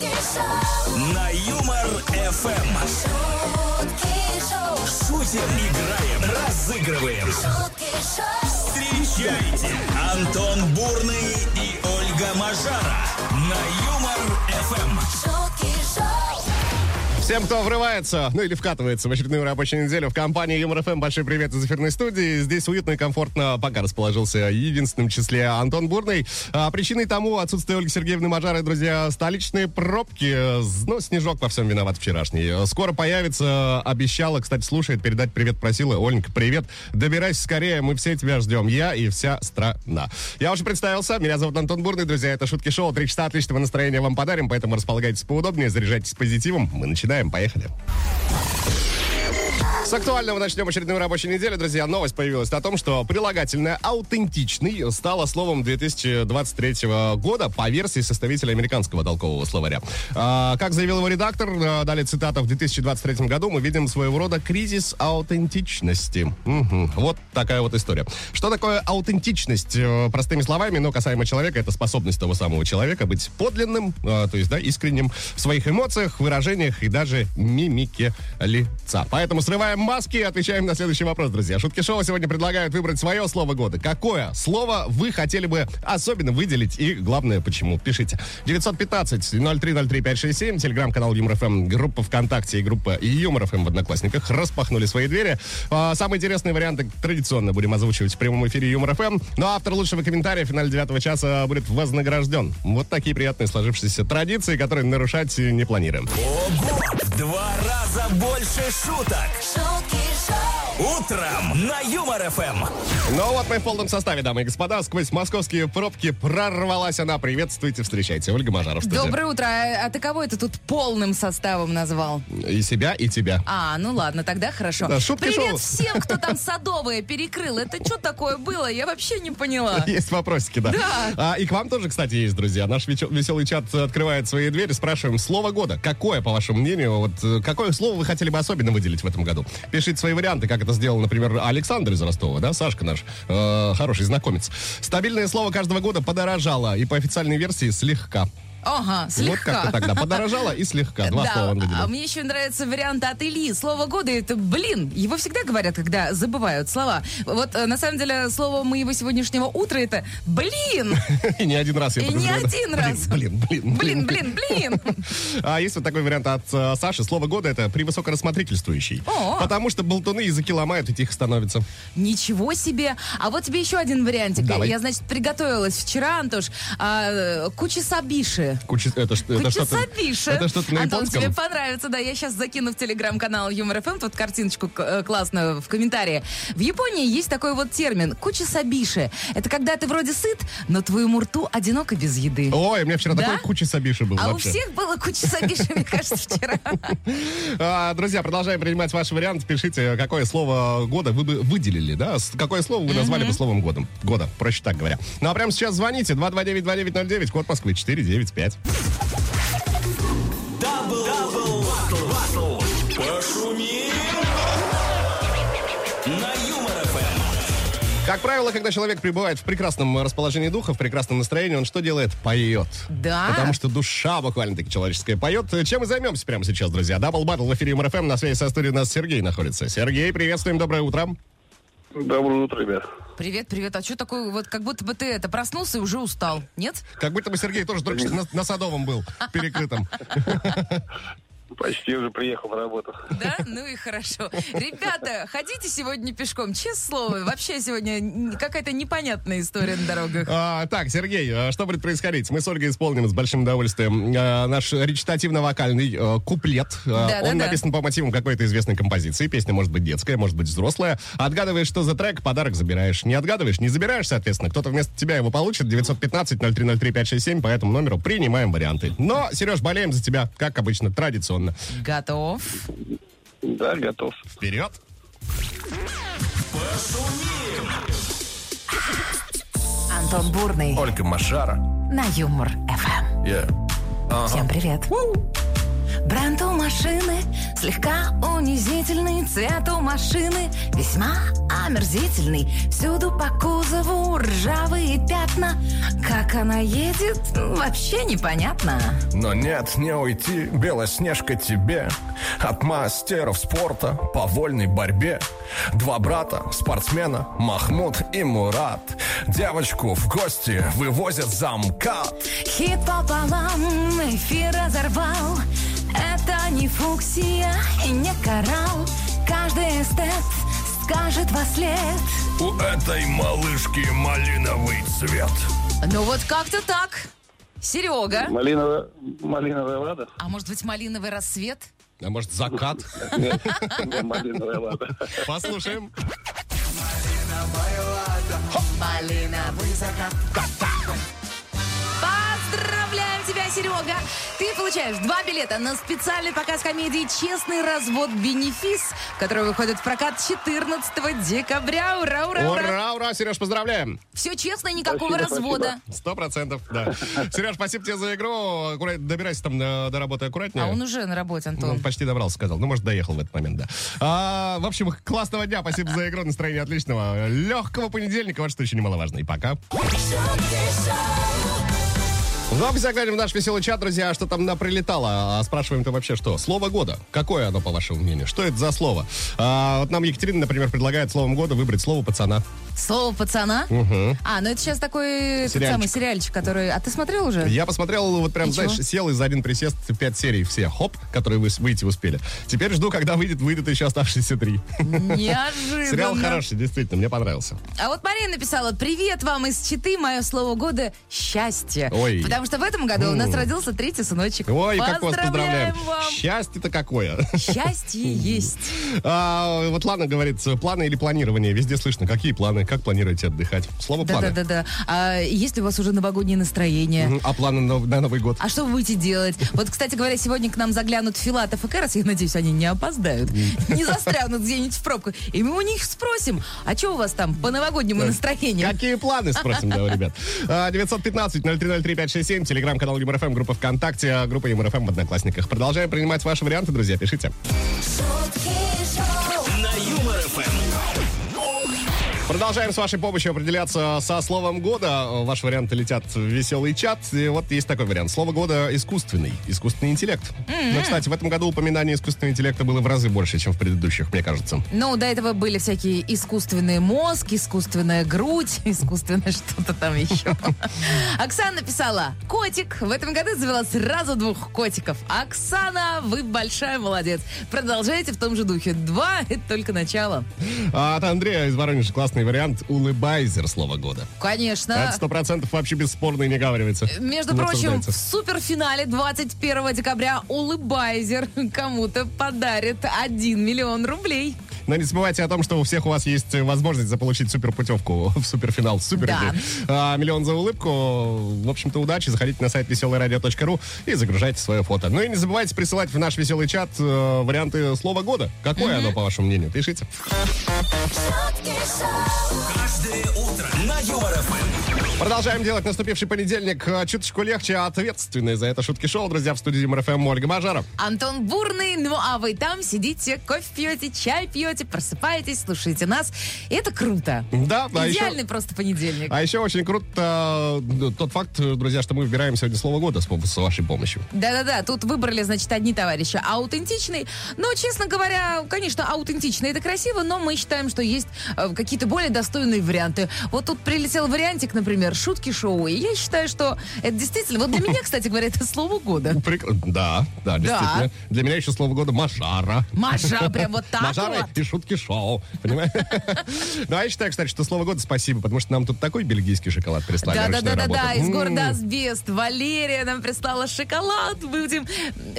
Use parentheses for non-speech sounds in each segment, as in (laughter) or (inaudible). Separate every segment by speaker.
Speaker 1: На Юмор ФМ. Шутим, играем, разыгрываем. Встречайте Антон Бурный и Ольга Мажара на Юмор Эм. ФМ.
Speaker 2: Всем, кто врывается, ну или вкатывается в очередную рабочую неделю в компании Юмор ФМ, большой привет из эфирной студии. Здесь уютно и комфортно пока расположился в единственном числе Антон Бурный. А причиной тому отсутствие Ольги Сергеевны Мажары, друзья, столичные пробки. З- Ну, снежок во всем виноват вчерашний. Э, Скоро появится, обещала, кстати, слушает, передать привет просила. Оленька, привет. Добирайся скорее, мы все тебя ждем. Я и вся страна. Я уже представился, меня зовут Антон Бурный, друзья, это Шутки Шоу. Три часа отличного настроения вам подарим, поэтому располагайтесь поудобнее, заряжайтесь позитивом. Мы начинаем, поехали. С актуального начнем очередную рабочую неделю, друзья. Новость появилась о том, что прилагательное «аутентичный» стало словом 2023 года по версии составителя американского толкового словаря. А, как заявил его редактор, а, далее цитата, в 2023 году мы видим своего рода кризис аутентичности. Мгм. Вот такая вот история. Что такое аутентичность? Э, Простыми словами, но касаемо человека, это способность того самого человека быть подлинным, э, то есть, да, искренним в своих эмоциях, выражениях и даже мимике лица. Поэтому срываем маски и отвечаем на следующий вопрос, друзья. Шутки шоу сегодня предлагают выбрать свое слово года. Какое слово вы хотели бы особенно выделить и, главное, почему? Пишите. 915-0303-567, телеграм-канал ЮморФМ, группа ВКонтакте и группа ЮморФМ в Одноклассниках распахнули свои двери. А, Самые интересные варианты традиционно будем озвучивать в прямом эфире Юмор ФМ. Ну а автор лучшего комментария в финале девятого часа будет вознагражден. Вот такие приятные сложившиеся традиции, которые нарушать не планируем.
Speaker 1: Ого! В два раза больше шуток. Утром на Юмор Эм. ФМ.
Speaker 2: Ну вот мы в полном составе, дамы и господа. Сквозь московские пробки прорвалась она. Приветствуйте, встречайте. Ольга Мажаров. в студии.
Speaker 3: Доброе утро. А, а ты кого это тут полным составом назвал?
Speaker 2: И себя, и тебя.
Speaker 3: А, ну ладно, тогда хорошо.
Speaker 2: Да, шутки
Speaker 3: Привет
Speaker 2: шоу.
Speaker 3: всем, кто там садовое перекрыл. Это что такое было? Я вообще не поняла.
Speaker 2: (laughs) Есть вопросики, да.
Speaker 3: А. Да.
Speaker 2: А, и к вам тоже, кстати, есть, друзья. Наш вече- веселый чат открывает свои двери. Спрашиваем, слово года. Какое, по вашему мнению, вот э, какое слово вы хотели бы особенно выделить в этом году? Пишите свои варианты, как это сделал, например, Александр из Ростова, да, Сашка наш, э, хороший знакомец. Стабильное слово каждого года подорожало, и по официальной версии слегка.
Speaker 3: Ага,
Speaker 2: Вот
Speaker 3: слегка.
Speaker 2: как-то тогда. Подорожало и
Speaker 3: (laughs)
Speaker 2: слегка. Два
Speaker 3: да,
Speaker 2: слова он выделил.
Speaker 3: а мне еще нравится вариант от Ильи. Слово года это блин. Его всегда говорят, когда забывают слова. Вот э, на самом деле слово моего сегодняшнего утра это
Speaker 2: (laughs)
Speaker 3: блин.
Speaker 2: И не один раз я
Speaker 3: И
Speaker 2: так
Speaker 3: не
Speaker 2: говорю.
Speaker 3: один
Speaker 2: Блин,
Speaker 3: раз.
Speaker 2: Блин, блин,
Speaker 3: Блин, блин, блин.
Speaker 2: А есть вот такой вариант от э, Саши. Слово года это превысокорассмотрительствующий.
Speaker 3: О.
Speaker 2: Потому что болтуны языки ломают и тихо становится.
Speaker 3: Ничего себе! А вот тебе еще один вариантик.
Speaker 2: Давай.
Speaker 3: Я, значит, приготовилась вчера, Антош, а, э, куча сабиши.
Speaker 2: Кучи, это, что- это
Speaker 3: Куча
Speaker 2: что-то,
Speaker 3: сабиши.
Speaker 2: это что-то на
Speaker 3: Антон,
Speaker 2: японском.
Speaker 3: тебе понравится, да. Я сейчас закину в телеграм-канал Юмор ФМ, тут картиночку к- э, классную в комментарии. В Японии есть такой вот термин куча сабиши. Это когда ты вроде сыт, но твоему рту одиноко без еды.
Speaker 2: Ой, у меня вчера
Speaker 3: Да?
Speaker 2: такой куча сабиши был
Speaker 3: а
Speaker 2: вообще.
Speaker 3: у всех было куча сабиши, мне кажется, вчера.
Speaker 2: А, друзья, продолжаем принимать ваши варианты. Пишите, какое слово года вы бы выделили, да? С- Какое слово вы назвали бы словом годом? года, проще так говоря. Ну а прямо сейчас звоните 229-2909, код Москвы 495.
Speaker 1: Дабл, дабл, батл, батл. Пошумим. На Юмор Эм. ФМ.
Speaker 2: Как правило, когда человек пребывает в прекрасном расположении духа, в прекрасном настроении, он что делает? Поет.
Speaker 3: Да.
Speaker 2: Потому что душа буквально-таки человеческая поет. Чем и займемся прямо сейчас, друзья. Дабл Баттл в эфире МРФМ. На связи со студией у нас Сергей находится. Сергей, приветствуем, доброе утро.
Speaker 4: Доброе утро, ребят.
Speaker 3: Привет, привет. А что такое, вот как будто бы ты это проснулся и уже устал, нет?
Speaker 2: Как будто бы Сергей тоже только что на, на Садовом был, перекрытом.
Speaker 4: Почти уже приехал на работу.
Speaker 3: Да? Ну и хорошо. Ребята, ходите сегодня пешком, честное слово. Вообще сегодня н- какая-то непонятная история на дорогах.
Speaker 2: А, так, Сергей, а что будет происходить? Мы с Ольгой исполним с большим удовольствием а, наш речитативно-вокальный а, куплет. А,
Speaker 3: Да-да-да.
Speaker 2: Он написан по мотивам какой-то известной композиции. Песня может быть детская, может быть взрослая. Отгадываешь, что за трек, подарок забираешь. Не отгадываешь, не забираешь, соответственно. Кто-то вместо тебя его получит. 915-0303-567 по этому номеру. Принимаем варианты. Но, Сереж, болеем за тебя, как обычно, традиционно.
Speaker 3: Готов?
Speaker 4: Да, готов.
Speaker 2: Вперед!
Speaker 5: Антон Бурный
Speaker 6: Ольга Машара.
Speaker 5: на Юмор ФМ.
Speaker 6: Yeah.
Speaker 5: Всем привет. Бренд у машины слегка унизительный. Цвет у машины весьма омерзительный. Всюду по кузову ржавые пятна. Как она едет, вообще непонятно.
Speaker 6: Но нет, не уйти, Белоснежка тебе От мастеров спорта по вольной борьбе Два брата, спортсмена, Махмуд и Мурат Девочку в гости вывозят замкат
Speaker 5: Хит пополам, эфир разорвал. Это не фуксия и не коралл. Каждый эстет скажет во след.
Speaker 6: У этой малышки малиновый цвет
Speaker 3: Ну вот как-то так. Серега.
Speaker 4: Малиновая, малиновая лада?
Speaker 3: А может быть, малиновый рассвет?
Speaker 2: А может, закат?
Speaker 4: Нет, не малиновая лада.
Speaker 2: Послушаем.
Speaker 3: Поздравляем тебя, Серега! Ты получаешь два билета на специальный показ комедии «Честный развод Бенефис», который выходит в прокат 14 декабря. Ура, ура, ура!
Speaker 2: Ура, ура, Сереж, поздравляем.
Speaker 3: Все честно и никакого
Speaker 4: Спасибо,
Speaker 3: развода.
Speaker 2: Сто процентов, да. Сереж, спасибо тебе за игру. Аккурат- Добирайся там э, до работы аккуратнее.
Speaker 3: А он уже на работе,
Speaker 2: Ну,
Speaker 3: Антон.
Speaker 2: он почти добрался, сказал. Ну, может, доехал в этот момент, да. А, в общем, классного дня. Спасибо за игру. Настроение отличного. Легкого понедельника. Вот что еще немаловажно. И пока. Вновь Ну, а заглянем в наш веселый чат, друзья. А Что там наприлетало? А спрашиваем-то вообще что? Слово года. Какое оно, по вашему мнению? Что это за слово? А, вот нам Екатерина, например, предлагает словом года выбрать слово пацана.
Speaker 3: Слово пацана. А, ну это сейчас такой этот
Speaker 2: Сериальчик.
Speaker 3: самый сериальчик, который. А ты смотрел уже?
Speaker 2: Я посмотрел, вот прям,
Speaker 3: И чего?
Speaker 2: знаешь, сел и за один присест пять серий все, хоп, которые вы выйти успели. Теперь жду, когда выйдет, выйдут еще оставшиеся три.
Speaker 3: Неожиданно.
Speaker 2: Сериал хороший, действительно, мне понравился.
Speaker 3: А вот Марина написала, привет вам из Читы, мое слово года – счастье.
Speaker 2: Ой.
Speaker 3: Потому что в этом году у нас родился третий сыночек.
Speaker 2: Ой, как вас поздравляем.
Speaker 3: Поздравляем вам.
Speaker 2: Счастье-то какое. (laughs)
Speaker 3: Счастье есть.
Speaker 2: А, вот Лана говорит, планы или планирование, везде слышно, какие планы, как планируете отдыхать. Слово планы.
Speaker 3: Да-да-да. А есть ли у вас уже новогоднее настроение?
Speaker 2: Мгм, А планы на, на Новый год?
Speaker 3: А что вы будете делать? Вот, кстати говоря, сегодня к нам заглянут Филатов и Кэрос. Я надеюсь, они не опоздают. Не застрянут где-нибудь в пробку. И мы у них спросим, а что у вас там по новогоднему настроению?
Speaker 2: Какие планы, спросим, да, у ребят. А, 915-0303-567, телеграм-канал ЮморФМ, группа ВКонтакте, а, группа ЮморФМ в Одноклассниках. Продолжаем принимать ваши варианты, друзья, пишите.
Speaker 1: На Юмор ФМ.
Speaker 2: Продолжаем с вашей помощью определяться со словом года. Ваши варианты летят в веселый чат. И вот есть такой вариант. Слово года искусственный. Искусственный интеллект.
Speaker 3: М-м.
Speaker 2: Но, кстати, в этом году упоминание искусственного интеллекта было в разы больше, чем в предыдущих, мне кажется.
Speaker 3: Ну, до этого были всякие искусственный мозг, искусственная грудь, (laughs) искусственное что-то там еще. Оксана написала, котик. В этом году завела сразу двух котиков. Оксана, вы большая молодец. Продолжайте в том же духе. Два – это только начало.
Speaker 2: А от Андрея из Воронежа классный вариант улыбайзер слова года.
Speaker 3: Конечно.
Speaker 2: Это сто процентов вообще бесспорно и не говорится.
Speaker 3: А. Между
Speaker 2: Не
Speaker 3: прочим, в
Speaker 2: обсуждается.
Speaker 3: суперфинале 21 декабря улыбайзер (laughs) кому-то подарит 1 миллион рублей.
Speaker 2: Но не забывайте о том, что у всех у вас есть э, возможность заполучить суперпутевку (laughs) в суперфинал супер.
Speaker 3: Да.
Speaker 2: А, миллион за улыбку. В общем-то, удачи. Заходите на сайт веселорадио.ру и загружайте свое фото. Ну и не забывайте присылать в наш веселый чат э, варианты слова года. Какое оно, по вашему мнению? Пишите.
Speaker 1: Каждое утро на Юмор ФМ.
Speaker 2: Продолжаем делать наступивший понедельник э, чуточку легче, а ответственные за это шутки шоу, друзья, в студии МРФМ Ольга Мажаров.
Speaker 3: Антон Бурный, ну а вы там сидите, кофе пьете, чай пьете, просыпаетесь, слушаете нас. И Это круто.
Speaker 2: Да, а еще-
Speaker 3: Идеальный просто понедельник.
Speaker 2: А еще очень круто э, тот факт, э, друзья, что мы выбираем сегодня слово года с, пом- с вашей помощью.
Speaker 3: Да-да-да, тут выбрали, значит, одни товарища. Аутентичный. Ну, честно говоря, конечно, аутентичный это красиво, но мы считаем, что есть э, какие-то более достойные варианты. Вот тут прилетел вариантик, например, шутки-шоу. И я считаю, что это действительно... Вот для меня, кстати говоря, это слово года.
Speaker 2: Ну, Прик- Да, да, действительно. Для меня еще слово года Мажара.
Speaker 3: Маша, прям вот так
Speaker 2: Мажара
Speaker 3: вот.
Speaker 2: и шутки шоу. Понимаешь? (laughs) Ну, а я считаю, кстати, что слово года спасибо, потому что нам тут такой бельгийский шоколад прислали.
Speaker 3: Да, да,
Speaker 2: ручной
Speaker 3: да, да, да,
Speaker 2: работы.
Speaker 3: из
Speaker 2: М,
Speaker 3: города Асбест. Валерия нам прислала шоколад. Будем,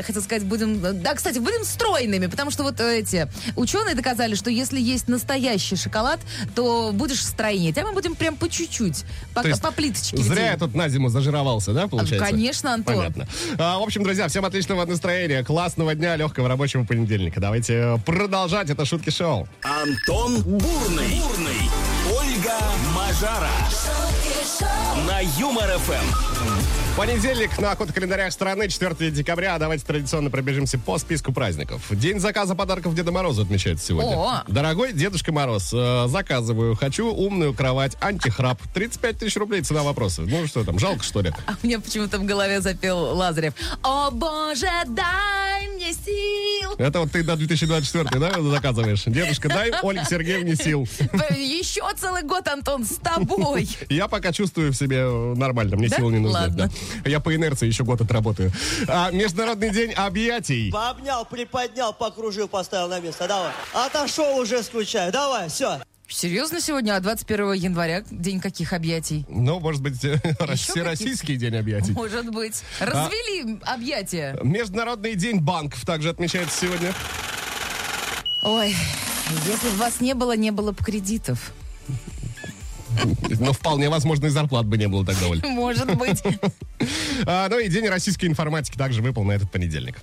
Speaker 3: хотел сказать, будем, да, кстати, будем стройными, потому что вот эти ученые доказали, что если есть настоящий шоколад, то будешь в стройнее. Тебя мы будем прям по чуть-чуть, по,
Speaker 2: То есть
Speaker 3: по плиточке. в день.
Speaker 2: Зря я тут на зиму зажировался, да, получается?
Speaker 3: Конечно, Антон.
Speaker 2: Понятно. А, в общем, друзья, всем отличного настроения, классного дня, легкого рабочего понедельника. Давайте продолжать это шутки шоу.
Speaker 1: Антон Бурный. Бурный. Ольга Мажара. На Юмор ФМ.
Speaker 2: Понедельник на код календарях страны, 4 декабря. Давайте традиционно пробежимся по списку праздников. День заказа подарков Деда Мороза отмечается сегодня.
Speaker 3: О!
Speaker 2: Дорогой Дедушка Мороз, э, заказываю. Хочу умную кровать, антихрап. 35 тысяч рублей цена вопроса. Ну что там, жалко что ли?
Speaker 3: А мне почему-то в голове запел Лазарев. О боже, дай мне сил.
Speaker 2: Это вот ты до 2024, да, заказываешь? Дедушка, дай Ольге Сергеевне сил.
Speaker 3: Еще целый год, Антон, с
Speaker 2: (laughs)
Speaker 3: тобой.
Speaker 2: Я пока чувствую в себе э, нормально, мне
Speaker 3: Да?
Speaker 2: сил не нужны.
Speaker 3: Ладно.
Speaker 2: да. Я по инерции еще год отработаю. А, Международный день объятий.
Speaker 7: Пообнял, приподнял, покружил, поставил на место. Давай. Отошел уже скучаю. Давай, все.
Speaker 3: Серьезно сегодня, а 21 января день каких объятий?
Speaker 2: Ну, может быть, э, всероссийский день объятий.
Speaker 3: Может быть.
Speaker 2: А.
Speaker 3: Развели объятия.
Speaker 2: Международный день банков также отмечается сегодня.
Speaker 3: Ой, если бы вас не было, не было бы кредитов.
Speaker 2: Но вполне возможно и зарплат бы не было так
Speaker 3: (laughs)
Speaker 2: довольно.
Speaker 3: Может быть.
Speaker 2: ну и день российской информатики также выпал на этот понедельник.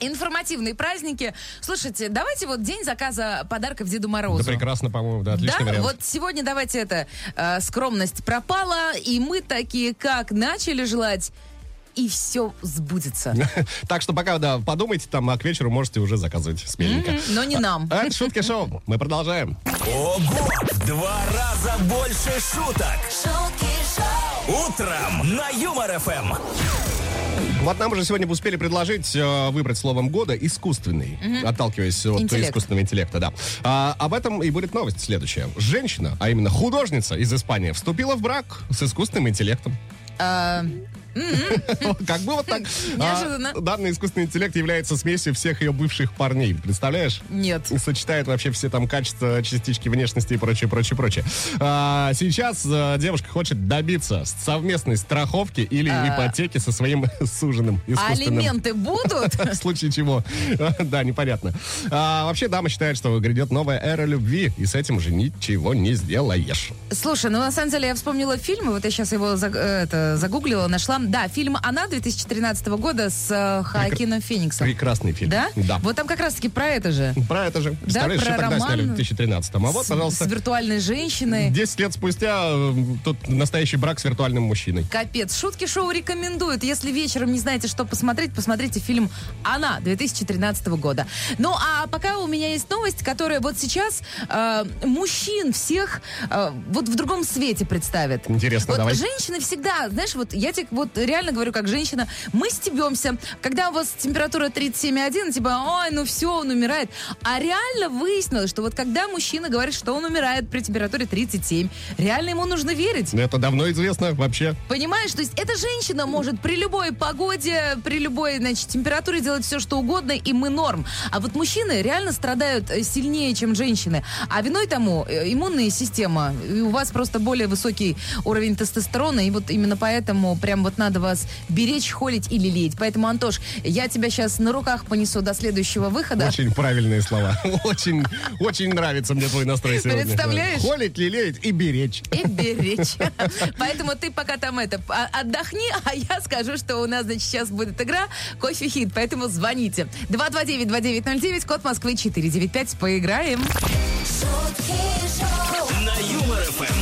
Speaker 3: Информативные праздники. Слушайте, давайте вот день заказа подарков
Speaker 2: Да
Speaker 3: Деду Морозу.
Speaker 2: прекрасно, по-моему, да, отличный
Speaker 3: да,
Speaker 2: вариант.
Speaker 3: вот сегодня давайте это. э, скромность пропала, и мы такие как начали желать, и все сбудется.
Speaker 2: (laughs) Так что пока, да, подумайте там, а к вечеру можете уже заказывать смельника.
Speaker 3: Но не нам.
Speaker 2: А это шутки шоу. Мы продолжаем.
Speaker 1: Ого! В Два раза больше шуток. Утром на Юмор ФМ.
Speaker 2: Вот нам уже сегодня бы успели предложить э, выбрать словом года искусственный, отталкиваясь от
Speaker 3: Интеллект.
Speaker 2: искусственного интеллекта, да. А, об этом и будет новость следующая. Женщина, а именно художница из Испании, вступила в брак с искусственным интеллектом.
Speaker 3: А, м-м.
Speaker 2: (laughs) Как бы вот так. А,
Speaker 3: (laughs) Неожиданно.
Speaker 2: Данный искусственный интеллект является смесью всех ее бывших парней. Представляешь?
Speaker 3: нет.
Speaker 2: И сочетает вообще все там качества, частички внешности и прочее, прочее, прочее. А, сейчас э, девушка хочет добиться совместной страховки или ипотеки со своим (laughs) суженым
Speaker 3: А
Speaker 2: искусственным.
Speaker 3: алименты
Speaker 2: (laughs)
Speaker 3: будут?
Speaker 2: В случае чего. (laughs) Да, непонятно. А, вообще, дама считает, что грядет новая эра любви, и с этим уже ничего не сделаешь.
Speaker 3: Слушай, ну на самом деле я вспомнила фильм, и вот я сейчас его заг- э, это, загуглила, нашла. Да, фильм «Она» 2013 года с э, Хоакином Фениксом.
Speaker 2: Прекрасный фильм.
Speaker 3: Да?
Speaker 2: Да.
Speaker 3: Вот там как раз-таки про это же.
Speaker 2: Про это же.
Speaker 3: Да,
Speaker 2: Представляешь,
Speaker 3: про
Speaker 2: что тогда
Speaker 3: роман
Speaker 2: сняли в 2013 А вот,
Speaker 3: С-
Speaker 2: пожалуйста,
Speaker 3: С виртуальной женщиной.
Speaker 2: 10 лет спустя э, тут настоящий брак с виртуальным мужчиной.
Speaker 3: Капец. Шутки шоу рекомендуют. Если вечером не знаете, что посмотреть, посмотрите фильм «Она» 2013 года. Ну, а пока у меня есть новость, которая вот сейчас э, мужчин всех э, вот в другом свете представит.
Speaker 2: Интересно,
Speaker 3: вот
Speaker 2: давай.
Speaker 3: женщины всегда, знаешь, вот я тебе вот реально говорю как женщина, мы стебемся, когда у вас температура 37,1, типа, ой, ну все, он умирает. А реально выяснилось, что вот когда мужчина говорит, что он умирает при температуре 37, реально ему нужно верить.
Speaker 2: Это давно известно вообще.
Speaker 3: Понимаешь, то есть эта женщина может при любой погоде, при любой, значит, температуре делать все, что угодно, и мы норм. А вот мужчины реально страдают э, сильнее, чем женщины. А виной тому э, иммунная система. И у вас просто более высокий уровень тестостерона, и вот именно поэтому прям вот надо вас беречь, холить и лелеять. Поэтому, Антош, я тебя сейчас на руках понесу до следующего выхода.
Speaker 2: Очень правильные слова. (laughs) Очень, очень нравится мне твой настрой сегодня.
Speaker 3: Представляешь?
Speaker 2: Холить, лелеять и беречь.
Speaker 3: и беречь. (laughs) Поэтому ты пока там это а- отдохни, а я скажу, что у нас, значит, сейчас будет игра кофе-хит, поэтому звоните. 229-2909, код Москвы 495, поиграем.
Speaker 1: На Юмор ФМ.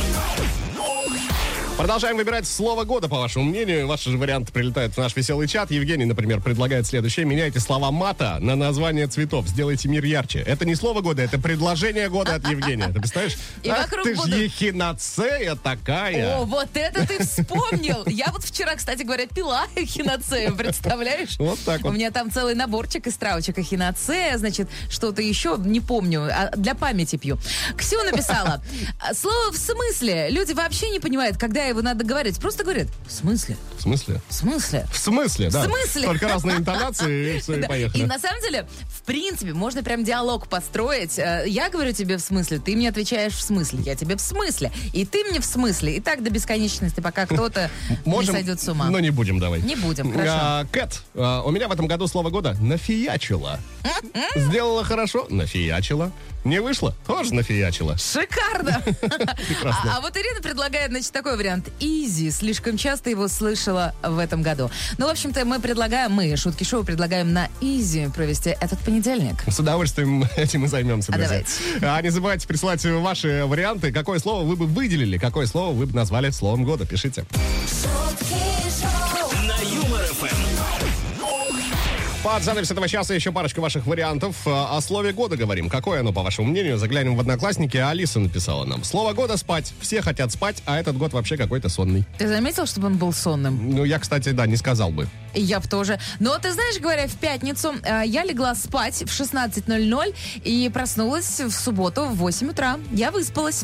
Speaker 2: Продолжаем выбирать слово года, по вашему мнению. Ваши же варианты прилетают в наш веселый чат. Евгений, например, предлагает следующее. Меняйте слова мата на название цветов. Сделайте мир ярче. Это не слово года, это предложение года от Евгения. Ты представляешь?
Speaker 3: (laughs) И
Speaker 2: Ах,
Speaker 3: вокруг
Speaker 2: ты ж
Speaker 3: будут-
Speaker 2: ехинацея такая.
Speaker 3: О, вот это ты вспомнил! Я вот вчера, кстати говоря, пила эхиноцею, представляешь?
Speaker 2: Вот так вот.
Speaker 3: У меня там целый наборчик из травочек эхиноцея, значит, что-то еще, не помню, а для памяти пью. Ксю написала, «А, слово «в смысле» люди вообще не понимают, когда его надо говорить. Просто говорят «в смысле?»
Speaker 2: В смысле?
Speaker 3: В смысле?
Speaker 2: В смысле, да.
Speaker 3: В смысле?
Speaker 2: Только разные интонации, и все, Ну и
Speaker 3: Да.
Speaker 2: поехали.
Speaker 3: И на самом деле, в принципе, можно прям диалог построить. Э, Я говорю тебе в смысле, ты мне отвечаешь в смысле, я тебе в смысле, и ты мне в смысле. И так до бесконечности,
Speaker 2: (laughs)
Speaker 3: пока кто-то не
Speaker 2: Можем,
Speaker 3: сойдет с ума.
Speaker 2: Но не будем давай.
Speaker 3: Не будем, хорошо.
Speaker 2: А, Кэт, а, у меня в этом году слово года нафиячила.
Speaker 3: М-м-м.
Speaker 2: Сделала хорошо, нафиячила. Не вышло, тоже нафиячила. (laughs)
Speaker 3: Шикарно! А, а вот Ирина предлагает, значит, такой вариант. Изи. Слишком часто его слышала в этом году. Ну, в общем-то, мы предлагаем, мы, Шутки Шоу, предлагаем на Изи провести этот понедельник.
Speaker 2: С удовольствием (laughs) этим и займемся,
Speaker 3: А
Speaker 2: друзья. А не забывайте присылать ваши варианты. Какое слово вы бы выделили, какое слово вы бы назвали словом года. Пишите.
Speaker 1: На
Speaker 2: Под занавес этого часа еще парочка ваших вариантов. А, О слове года говорим. Какое оно, по вашему мнению? Заглянем в одноклассники. Алиса написала нам. Слово года спать. Все хотят спать, а этот год вообще какой-то сонный.
Speaker 3: Ты заметил, чтобы он был сонным?
Speaker 2: Ну, я, кстати, да, не сказал бы. (laughs)
Speaker 3: И Я б тоже. Но ты знаешь, говоря, в пятницу э, я легла спать в 16.00 и проснулась в субботу в 8 утра. Я выспалась.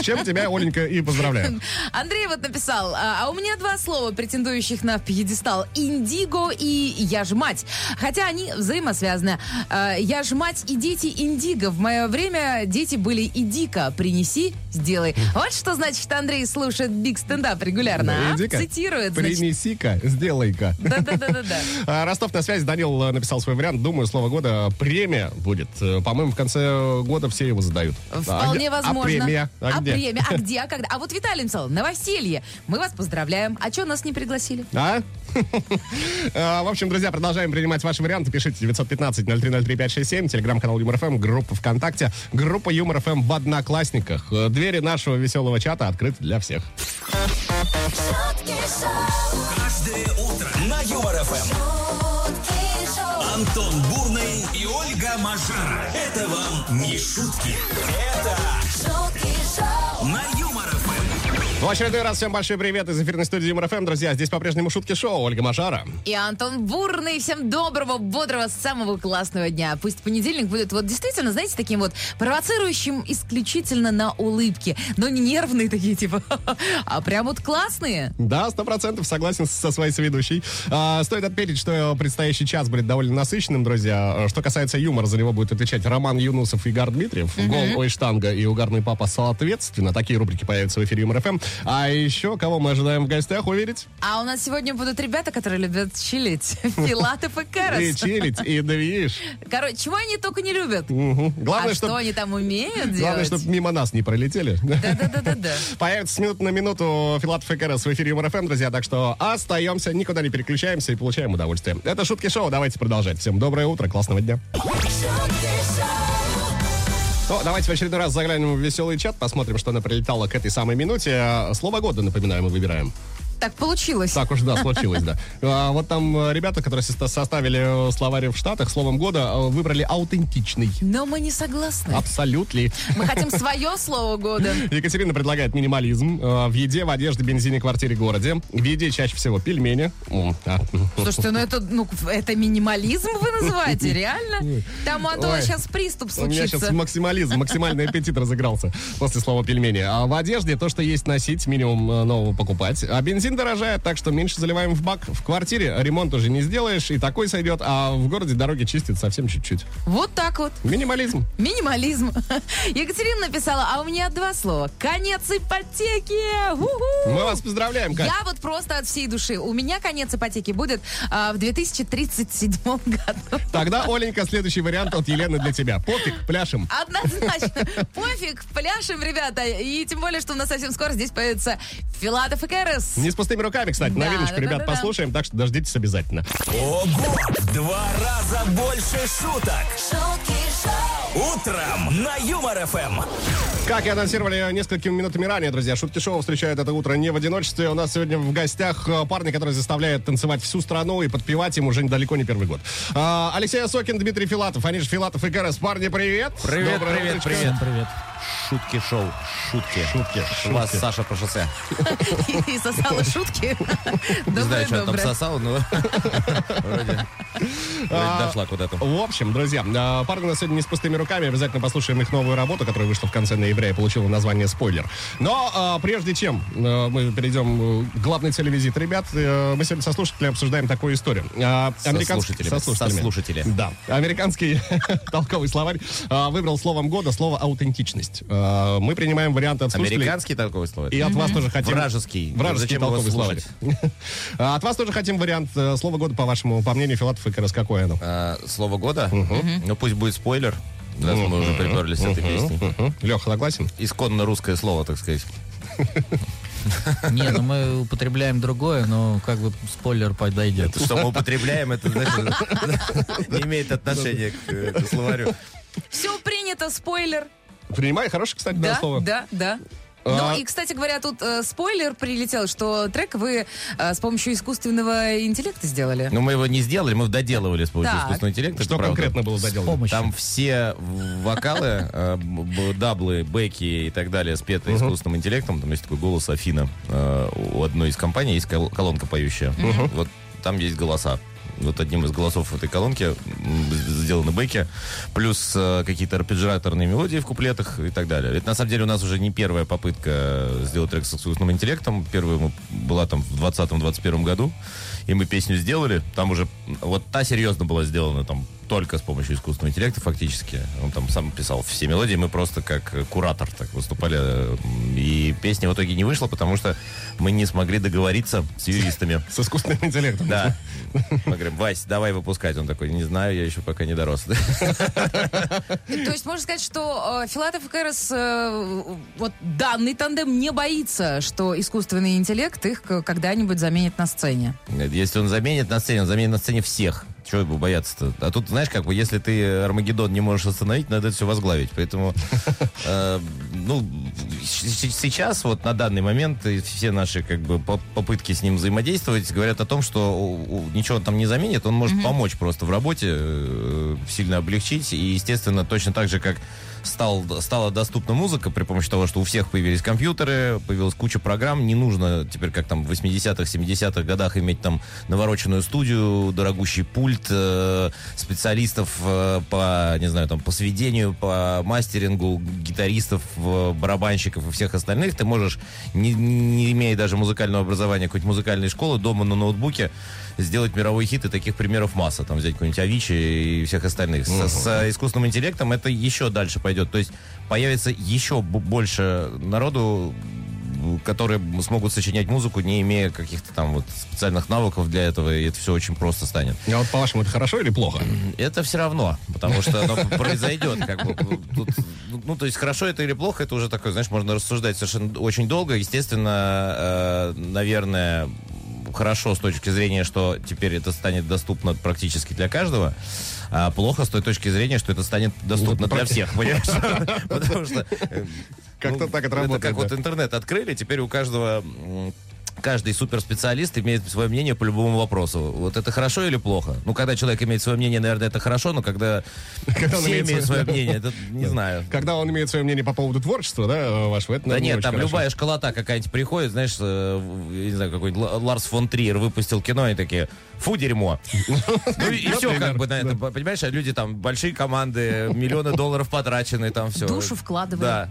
Speaker 2: С чем тебя, Оленька, и
Speaker 3: (laughs)
Speaker 2: поздравляю.
Speaker 3: Андрей вот написал, а а у меня два слова, претендующих на пьедестал. Индиго и я ж мать. Хотя они взаимосвязаны. Э, Я ж мать и дети индиго. В мое время дети были и дико. Принеси, сделай. Вот что значит Андрей слушает биг стендап регулярно. а?
Speaker 2: Иди-ка,
Speaker 3: Цитирует, значит.
Speaker 2: Принеси-ка, сделай-ка.
Speaker 3: Да-да-да-да-да.
Speaker 2: А, Ростов на связи. Данил э, написал свой вариант. Думаю, слово года премия будет. Э, По-моему, в конце года все его задают.
Speaker 3: Э, Вполне
Speaker 2: А где-
Speaker 3: возможно.
Speaker 2: А премия? А где?
Speaker 3: премия?
Speaker 2: (laughs)
Speaker 3: А где? А когда? А вот Виталий написал, новоселье. Мы вас поздравляем. А что нас не пригласили?
Speaker 2: А? (laughs) А, В общем, друзья, продолжаем принимать ваши варианты. Пишите 915-0303-567, телеграм-канал Юмор ФМ, группа ВКонтакте, группа Юмор ФМ в Одноклассниках. Э, Двери нашего веселого чата открыты для всех.
Speaker 8: Шутки шоу,
Speaker 1: Каждое утро на Юмор ФМ.
Speaker 8: шутки шоу,
Speaker 1: Антон Бурный и Ольга Мажара. Это вам не шутки. Это
Speaker 8: шутки шоу,
Speaker 1: на Юмор ФМ.
Speaker 2: В очередной раз всем большой привет из эфирной студии Юмор ФМ. Друзья, здесь по-прежнему шутки шоу. Ольга Мажара.
Speaker 3: И Антон Бурный. Всем доброго, бодрого, самого классного дня. Пусть понедельник будет вот действительно, знаете, таким вот провоцирующим исключительно на улыбки. Но не нервные такие, типа, (laughs) а прям вот классные.
Speaker 2: Да, сто процентов согласен со своей соведущей. А, стоит отметить, что предстоящий час будет довольно насыщенным, друзья. А, Что касается юмора, за него будет отвечать Роман Юнусов и Игорь Дмитриев. Гол, ой, штанга и угарный папа соответственно. Такие рубрики появятся в эфире Юмор ФМ. А еще, кого мы ожидаем в гостях, уверить?
Speaker 3: А у нас сегодня будут ребята, которые любят чилить. (laughs) Филатов и
Speaker 2: И
Speaker 3: Карас.
Speaker 2: чилить, и движ.
Speaker 3: Короче, чего они только не любят?
Speaker 2: Мгм. Главное,
Speaker 3: А что
Speaker 2: чтобы
Speaker 3: они там умеют
Speaker 2: главное,
Speaker 3: делать?
Speaker 2: чтоб (laughs) мимо нас не пролетели.
Speaker 3: Да-да-да-да-да.
Speaker 2: (laughs) Появится с минуты на минуту Филат Фекерас в эфире Юмор ФМ, друзья. Так что остаемся, никуда не переключаемся и получаем удовольствие. Это Шутки Шоу. Давайте продолжать. Всем доброе утро, классного дня.
Speaker 8: шутки шоу,
Speaker 2: Ну, давайте в очередной раз заглянем в веселый чат, посмотрим, что она прилетало к этой самой минуте. А, Слово года, напоминаю, мы выбираем.
Speaker 3: Так получилось.
Speaker 2: Так уж, да, случилось, да. А, вот там э, ребята, которые состо- составили э, словарь в Штатах, словом года э, выбрали аутентичный.
Speaker 3: Но мы не согласны.
Speaker 2: Абсолютно.
Speaker 3: Мы хотим свое
Speaker 2: (laughs)
Speaker 3: слово года.
Speaker 2: Екатерина предлагает минимализм э, в еде, в одежде, бензине, квартире, городе. В еде чаще всего пельмени. М, а, м.
Speaker 3: Слушайте, ну это, ну, это минимализм вы
Speaker 2: (laughs)
Speaker 3: называете, реально? Там у Антона
Speaker 2: Ой.
Speaker 3: сейчас приступ
Speaker 2: У меня сейчас
Speaker 3: случится.
Speaker 2: максимализм, максимальный аппетит разыгрался после слова пельмени. А в одежде то, что есть носить, минимум э, нового покупать. А бензин дорожает, так что меньше заливаем в бак. В квартире ремонт уже не сделаешь, и такой сойдет. А в городе дороги чистят совсем чуть-чуть.
Speaker 3: Вот так вот.
Speaker 2: Минимализм.
Speaker 3: Минимализм. (laughs) Екатерина написала, а у меня два слова. Конец ипотеки! Уху!
Speaker 2: Мы вас поздравляем, Кать.
Speaker 3: Я вот просто от всей души. У меня конец ипотеки будет а, в 2037 (laughs) году.
Speaker 2: Тогда, Оленька, следующий вариант от Елены для тебя. Пофиг, пляшем.
Speaker 3: Однозначно. Пофиг, пляшем, ребята. И тем более, что у нас совсем скоро здесь появится Филатов и Кэрос.
Speaker 2: Не с пустыми руками, кстати.
Speaker 3: Да,
Speaker 2: Новиночку,
Speaker 3: да, да,
Speaker 2: ребят,
Speaker 3: да, да.
Speaker 2: послушаем, так что дождитесь обязательно.
Speaker 1: Ого! Два раза больше шуток.
Speaker 8: шутки шоу,
Speaker 1: Утром на Юмор ФМ.
Speaker 2: Как и анонсировали несколькими минутами ранее, друзья, Шутки Шоу встречают это утро не в одиночестве. У нас сегодня в гостях э, парни, которые заставляют танцевать всю страну и подпевать им уже далеко не первый год. А, Алексей Осокин, Дмитрий Филатов, они же Филатов и Гарас. Парни, привет!
Speaker 9: Привет,
Speaker 2: Доброе
Speaker 9: привет,
Speaker 2: утречко.
Speaker 9: привет. привет. Шутки шоу, шутки. Шутки, Вас Саша по шоссе.
Speaker 3: (laughs) И сосала шутки.
Speaker 9: (laughs) Не
Speaker 3: Доброе,
Speaker 9: знаю, что я там
Speaker 3: доброе.
Speaker 9: сосал, но вроде вроде дошла куда-то.
Speaker 2: В общем, друзья, э, парни у нас сегодня не с пустыми руками. Обязательно послушаем их новую работу, которая вышла в конце ноября и получила название «Спойлер». Но э, прежде чем э, мы перейдем э, к главной цели визита ребят, э, мы сегодня со слушателями обсуждаем такую историю. Э,
Speaker 9: Со слушателями.
Speaker 2: со слушателями.
Speaker 9: Со слушатели.
Speaker 2: Да. Американский (laughs) толковый словарь э, выбрал словом года слово «аутентичность». Э, Мы принимаем варианты от слушателей.
Speaker 9: Американский такое слово?
Speaker 2: И от вас тоже хотим...
Speaker 9: Вражеский.
Speaker 2: Вражеский
Speaker 9: Зачем его
Speaker 2: толковый словарь. (laughs) А От вас тоже хотим вариант э, слова года, по вашему, по мнению Филатов и Карас, какое оно?
Speaker 9: А, Слово года? Ну пусть будет спойлер. Раз мы уже приперлись с этой песней.
Speaker 2: Леха, согласен?
Speaker 9: Исконно русское слово, так сказать.
Speaker 10: Не, ну мы употребляем другое, но как бы спойлер подойдет.
Speaker 9: Что мы употребляем, это (laughs) значит, не имеет отношения к э, к словарю.
Speaker 3: Все принято, спойлер.
Speaker 2: Принимай, хорошее, кстати, да,
Speaker 3: Да,
Speaker 2: слово.
Speaker 3: да, да.
Speaker 2: А,
Speaker 3: Ну и, кстати говоря, тут э, спойлер прилетел, что трек вы э, с помощью искусственного интеллекта сделали.
Speaker 9: Но мы его не сделали, мы доделывали с помощью
Speaker 3: Так.
Speaker 9: искусственного интеллекта.
Speaker 2: что
Speaker 9: это правда.
Speaker 2: конкретно было доделано?
Speaker 10: помощью.
Speaker 9: Там все в- вокалы, э, б- даблы, бэки и так далее спеты искусственным интеллектом. Там есть такой голос Афина. Э, У одной из компаний есть кол- колонка поющая. Вот там есть голоса. Вот одним из голосов в этой колонке м, сделаны бэки, плюс э, какие-то арпеджиаторные мелодии в куплетах и так далее. Это на самом деле у нас уже не первая попытка сделать трек с искусственным интеллектом. Первая мы- была там в 2020-2021 году, и мы песню сделали. Там уже м, вот та серьезно была сделана там только с помощью искусственного интеллекта фактически. Он там сам писал все мелодии, мы просто как э, куратор так выступали. э, м, И песня в итоге не вышла, потому что мы не смогли договориться с юристами.
Speaker 2: С искусственным интеллектом.
Speaker 9: Да. Мы говорим, Вась, давай выпускать. Он такой, не знаю, я еще пока не дорос.
Speaker 3: То есть можно сказать, что э, Филатов и Кэрос э, вот данный тандем не боится, что искусственный интеллект их к- когда-нибудь заменит на сцене.
Speaker 9: Нет, Если он заменит на сцене, он заменит на сцене всех. Чего его бояться-то? А тут, знаешь, как бы, если ты Армагеддон не можешь остановить, надо это все возглавить. Поэтому, э, ну, щ- щ- сейчас, вот на данный момент, и все наши, как бы, по- попытки с ним взаимодействовать говорят о том, что у- у- ничего он там не заменит, он может помочь просто в работе, э, сильно облегчить. И, естественно, точно так же, как стал, стала доступна музыка при помощи того, что у всех появились компьютеры, появилась куча программ. Не нужно теперь, как там в 80-х, 70-х годах, иметь там навороченную студию, дорогущий пульт, э, специалистов э, по, не знаю, там, по сведению, по мастерингу, гитаристов, э, барабанщиков и всех остальных. Ты можешь, не, не имея даже музыкального образования, какой-нибудь музыкальной школы, дома на ноутбуке, сделать мировой хит, и таких примеров масса. Там взять какой-нибудь Авичи и всех остальных. С, с, э, искусственным интеллектом это еще дальше пойдет. То есть появится еще б- больше народу, м, которые смогут сочинять музыку, не имея каких-то там вот специальных навыков для этого, и это все очень просто станет.
Speaker 2: А вот по-вашему, это хорошо или плохо?
Speaker 9: Это все равно, потому что оно произойдет. Как бы, тут, ну, то есть хорошо это или плохо, это уже такое, знаешь, можно рассуждать совершенно очень долго. Естественно, э, наверное, хорошо с точки зрения, что теперь это станет доступно практически для каждого, а плохо с той точки зрения, что это станет
Speaker 2: Ну,
Speaker 9: доступно
Speaker 2: (laughs)
Speaker 9: для всех, понимаешь? Потому что... э,
Speaker 2: Как-то так это работает,
Speaker 9: как
Speaker 2: да.
Speaker 9: вот интернет открыли, теперь у каждого... м, Каждый суперспециалист имеет свое мнение по любому вопросу. Вот это хорошо или плохо? Ну, когда человек имеет свое мнение, наверное, это хорошо, но когда,
Speaker 2: (laughs) Когда он
Speaker 9: все
Speaker 2: имеет
Speaker 9: имеют
Speaker 2: свое- (laughs)
Speaker 9: свое мнение, это не знаю.
Speaker 2: Когда он имеет свое мнение по поводу творчества, да, вашего, это,
Speaker 9: Да
Speaker 2: наверное, не
Speaker 9: нет,
Speaker 2: очень
Speaker 9: там
Speaker 2: хорошо.
Speaker 9: любая школота какая-нибудь приходит, знаешь, э, в- я не знаю, какой-нибудь Л- Ларс фон Триер выпустил кино, и такие, фу, дерьмо. Ну и все как бы на это, понимаешь, а люди там, большие команды, миллионы долларов потрачены, там все.
Speaker 3: Душу вкладывали.
Speaker 9: Да.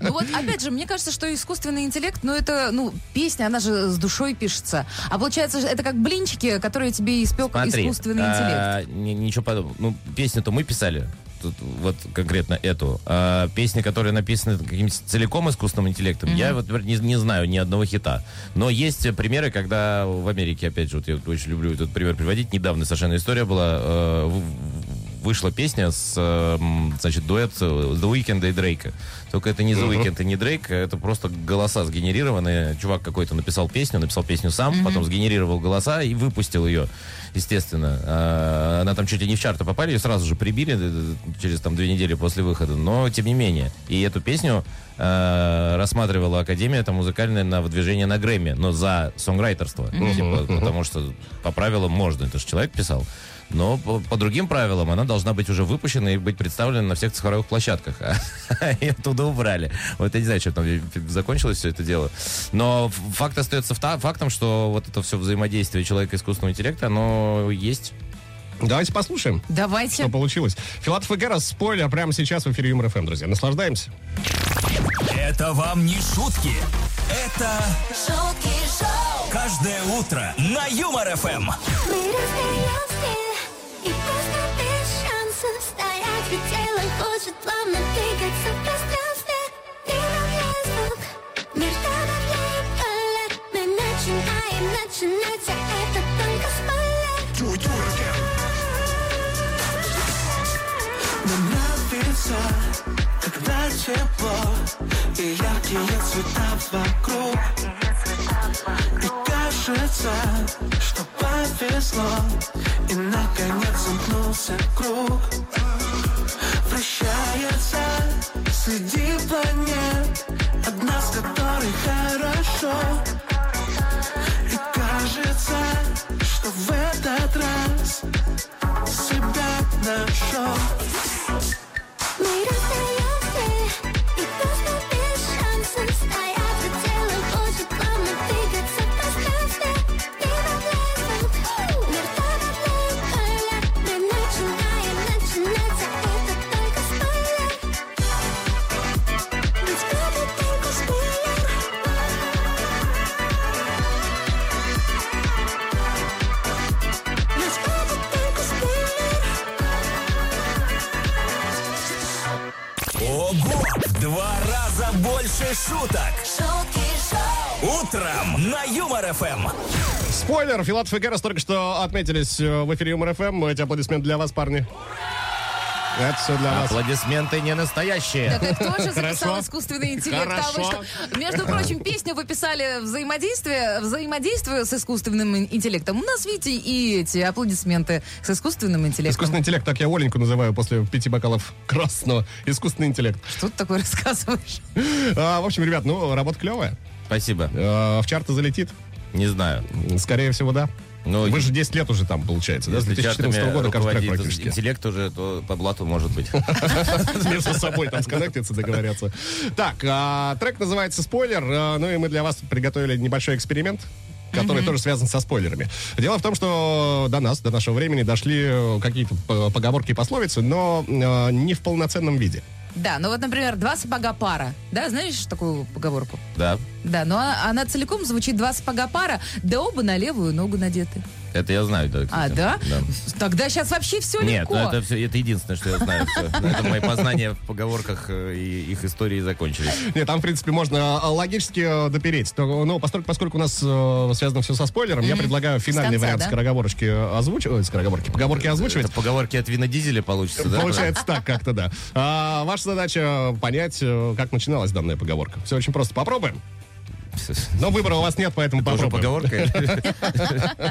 Speaker 3: Ну вот, опять же, мне кажется, что искусственный интеллект, ну это, ну, песня, она же с душой пишется. А получается, это как блинчики, которые тебе испек
Speaker 9: Смотри,
Speaker 3: искусственный интеллект.
Speaker 9: а, ни- ничего подобного. Ну, песню-то мы писали. Тут вот конкретно эту. А, песни, которые написаны каким-то целиком искусственным интеллектом, я вот например, не, не знаю ни одного хита. Но есть э, примеры, когда в Америке, опять же, вот я вот очень люблю этот пример приводить. Недавно совершенно история была. э, в- в- вышла песня с, э, м, значит, дуэт э, The Weeknd и Дрейка. Только это не The Weeknd и не Дрейк, это просто голоса сгенерированные. Чувак какой-то написал песню, написал песню сам, потом сгенерировал голоса и выпустил ее, естественно. А, Она там чуть ли не в чарты попали, ее сразу же прибили э, через там две недели после выхода, но тем не менее. И эту песню э, рассматривала Академия там музыкальная на выдвижение на Грэмми, но за сонграйтерство. Типа, Потому что по правилам можно, это же человек писал. Но по, по другим правилам она должна быть уже выпущена и быть представлена на всех цифровых площадках. (laughs) А И оттуда убрали. Вот я не знаю, что там закончилось все это дело. Но ф- факт остается фта- фактом, что вот это все взаимодействие человека и искусственного интеллекта, оно есть.
Speaker 2: Давайте послушаем,
Speaker 3: Давайте.
Speaker 2: что получилось. Филатов и Гера, спойлер, прямо сейчас в эфире Юмор ФМ, друзья. Наслаждаемся.
Speaker 1: Это вам не шутки. Это
Speaker 8: шутки шоу.
Speaker 1: каждое утро на Юмор ФМ.
Speaker 8: Мы расстаемся, и просто без шансов стоять в тело хочет плавно двигаться в пространстве. Ты нам ясно, мир тобой не полет. Мы начинаем, начинать, а это только спойлер.
Speaker 11: нравится, когда тепло И яркие цвета вокруг И кажется, что повезло
Speaker 10: Типа,
Speaker 11: И наконец замкнулся круг Вращается среди планет этот раз себя нашел.
Speaker 8: Мы расстаемся, и просто без шансов Стоят же тело, хочет плавно двигаться в пространстве И нам лезут, мир так отвлекает Мы начинаем, начинается это только спойлер Ведь это только спойлер Ведь это только спойлер
Speaker 1: Ого! Два раза больше шуток. Утром на Юмор ФМ.
Speaker 2: Спойлер, Филатов и Герас только что отметились э, в эфире Юмор ФМ. Эти аплодисменты для вас, парни. Это все для вас.
Speaker 9: Аплодисменты не настоящие.
Speaker 3: Так это тоже записал
Speaker 2: Хорошо.
Speaker 3: искусственный интеллект. а вы
Speaker 2: Хорошо.
Speaker 3: что? Между прочим, песню вы писали взаимодействие, взаимодействие с искусственным ин- интеллектом. У нас, видите, и эти аплодисменты с искусственным интеллектом.
Speaker 2: Искусственный интеллект, так я Оленьку называю после пяти бокалов красного. Искусственный интеллект.
Speaker 3: Что ты такое рассказываешь?
Speaker 2: А, в общем, ребят, ну, работа клевая.
Speaker 9: Спасибо.
Speaker 2: А, в чарты залетит?
Speaker 9: Не знаю.
Speaker 2: Скорее всего, да.
Speaker 9: Но
Speaker 3: Ну,
Speaker 2: Вы же 10 лет уже там, получается, да? С
Speaker 9: если
Speaker 2: 2014
Speaker 9: чартами
Speaker 2: года контракт
Speaker 9: руководит
Speaker 2: практически.
Speaker 9: интеллект уже, то по блату может быть. (laughs)
Speaker 2: (laughs) Между собой там сконнектятся, договорятся. Так, а, трек называется «Спойлер». а, Ну и мы для вас приготовили небольшой эксперимент который тоже связан со спойлерами. Дело в том, что до нас, до нашего времени дошли э, какие-то п- поговорки и пословицы, но э, не в полноценном виде.
Speaker 3: Да, ну вот, например, два сапога пара. Да, знаешь такую поговорку?
Speaker 9: Да.
Speaker 3: Да, но а- она целиком звучит два сапога пара, да оба на левую ногу надеты.
Speaker 9: Это я знаю, да.
Speaker 3: А,
Speaker 9: кстати.
Speaker 3: да? Тогда сейчас вообще все
Speaker 9: Нет,
Speaker 3: легко.
Speaker 9: ну это все, это единственное, что я знаю. всё. На этом мои познания в поговорках э, и их истории закончились.
Speaker 2: Нет, там, в принципе, можно э, логически э, допереть. Но, но поскольку, поскольку у нас э, связано все со спойлером, я предлагаю финальный
Speaker 3: конца,
Speaker 2: вариант
Speaker 3: да?
Speaker 2: скороговорочки озвучивать, скороговорки, поговорки озвучивать.
Speaker 9: Это поговорки от вина дизеля получится, да?
Speaker 2: Получается так как-то, да. А, ваша задача понять, э, как начиналась данная поговорка. Все очень просто. Попробуем. Но выбора у вас нет, поэтому
Speaker 9: Тоже
Speaker 2: попробуем.
Speaker 9: поговорка? или?